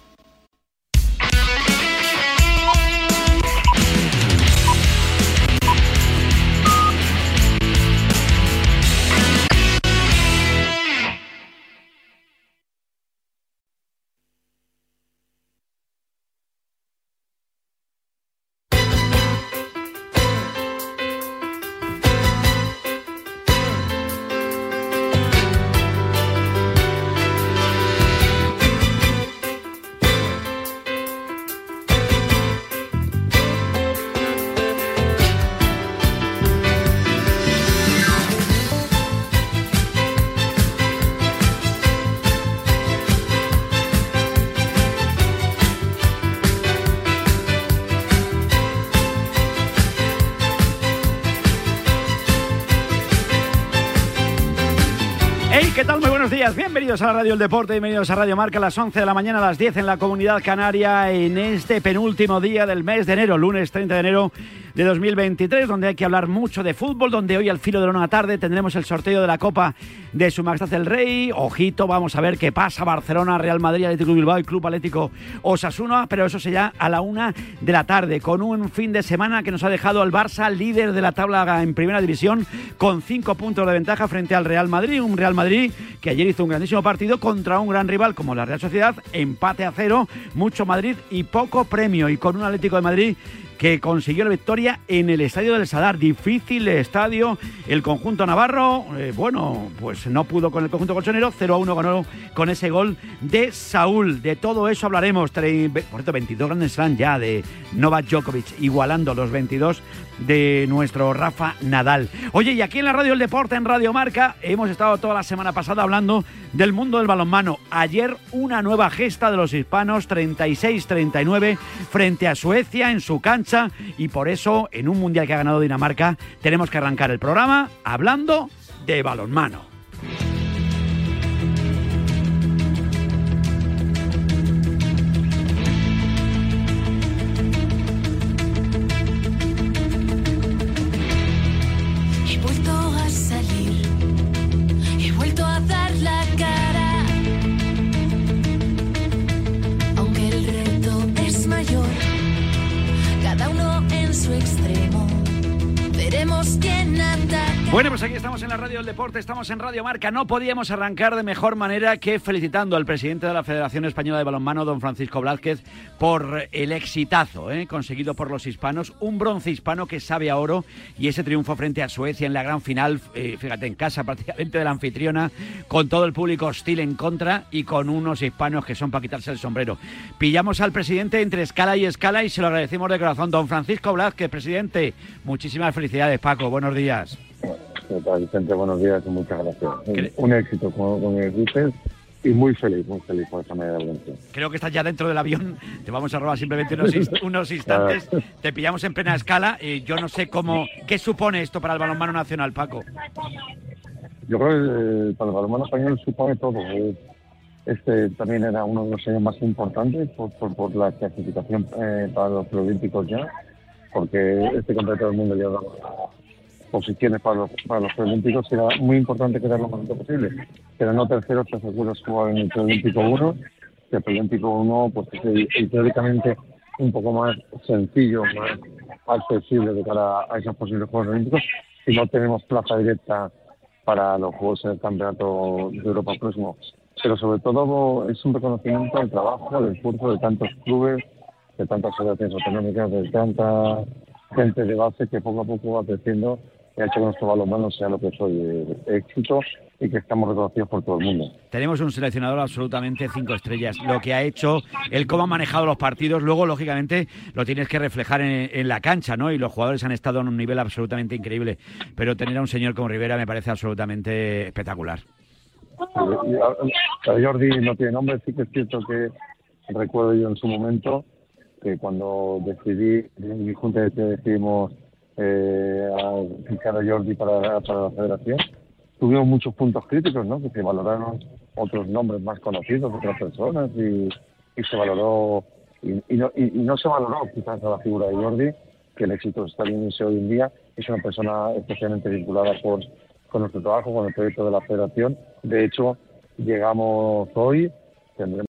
Speaker 14: Hey, ¿qué tal? Muy buenos días. Bienvenidos a la Radio El Deporte, bienvenidos a Radio Marca a las 11 de la mañana, a las 10 en la Comunidad Canaria, en este penúltimo día del mes de enero, lunes 30 de enero de 2023, donde hay que hablar mucho de fútbol, donde hoy al filo de la una tarde tendremos el sorteo de la Copa de Su Majestad el Rey. Ojito, vamos a ver qué pasa. Barcelona, Real Madrid, Atlético Bilbao y Club Atlético Osasuna, pero eso será a la una de la tarde, con un fin de semana que nos ha dejado al Barça líder de la tabla en primera división, con cinco puntos de ventaja frente al Real Madrid, un Real Madrid que ayer hizo un grandísimo partido contra un gran rival como la Real Sociedad, empate a cero, mucho Madrid y poco premio, y con un Atlético de Madrid que consiguió la victoria en el Estadio del Sadar. Difícil estadio. El conjunto navarro, eh, bueno, pues no pudo con el conjunto colchonero. 0 a 1 ganó con ese gol de Saúl. De todo eso hablaremos. Tre- ve- Por cierto, 22 grandes slam ya de Novak Djokovic, igualando los 22 de nuestro Rafa Nadal. Oye, y aquí en la Radio El Deporte, en Radio Marca, hemos estado toda la semana pasada hablando del mundo del balonmano. Ayer una nueva gesta de los hispanos, 36-39, frente a Suecia en su cancha. Y por eso, en un mundial que ha ganado Dinamarca, tenemos que arrancar el programa hablando de balonmano.
Speaker 55: He vuelto a salir, he vuelto a dar la cara. Aunque el reto es mayor, cada uno en su extremo. Veremos
Speaker 15: Somos quien ataca.
Speaker 14: Bueno, pues aquí estamos en la Radio del Deporte, estamos en Radio Marca. No podíamos arrancar de mejor manera que felicitando al presidente de la Federación Española de Balonmano, don Francisco Blázquez, por el exitazo ¿eh? conseguido por los hispanos. Un bronce hispano que sabe a oro y ese triunfo frente a Suecia en la gran final, eh, fíjate, en casa prácticamente de la anfitriona, con todo el público hostil en contra y con unos hispanos que son para quitarse el sombrero. Pillamos al presidente entre escala y escala y se lo agradecemos de corazón. Don Francisco Blázquez, presidente, muchísimas felicidades, Paco. Buenos días.
Speaker 1: ¿Qué tal, Vicente? Buenos días y muchas gracias. Un- Un éxito, como, como dices, y muy feliz, muy feliz por esta medalla de bronce.
Speaker 14: Creo que estás ya dentro del avión. Te vamos a robar simplemente unos, inst- unos instantes. Te pillamos en plena escala. y yo no sé cómo. ¿Qué supone esto para el balonmano nacional, Paco?
Speaker 1: Yo creo que eh, para el balonmano español supone todo. eh. Este también era uno de los años más importantes por, por- por la clasificación eh, para los preolímpicos ya, porque este campeonato del mundo ya daba posiciones para los, para los preolímpicos y era muy importante quedar lo más alto posible. Pero no terceros te aseguras jugar en el preolímpico 1, que el preolímpico 1 pues, es el- el teóricamente un poco más sencillo, más accesible de cara a esos posibles Juegos Olímpicos si no tenemos plaza directa para los Juegos del Campeonato de Europa próximo. Pero sobre todo es un reconocimiento al trabajo, al esfuerzo de tantos clubes, de tantas federaciones autonómicas, de tanta gente de base que poco a poco va creciendo y ha hecho que nuestro balonmano sea lo que soy, eh, éxito y que estamos reconocidos por todo el mundo.
Speaker 14: Tenemos un seleccionador absolutamente cinco estrellas. Lo que ha hecho, el cómo ha manejado los partidos, luego, lógicamente, lo tienes que reflejar en, en la cancha, ¿no? Y los jugadores han estado en un nivel absolutamente increíble. Pero tener a un señor como Rivera me parece absolutamente espectacular.
Speaker 1: Y, a- a Jordi no tiene nombre, sí que es cierto que recuerdo yo en su momento que cuando decidí, en mi junta de directiva decidimos eh, a fichar a Jordi para, para la federación, tuvimos muchos puntos críticos, ¿no? Que se valoraron otros nombres más conocidos de otras personas y, y se valoró, y, y no, y- y no se valoró quizás a la figura de Jordi, que el éxito estadounidense hoy en día es una persona especialmente vinculada por, con nuestro trabajo, con el proyecto de la federación. De hecho, llegamos hoy, tendremos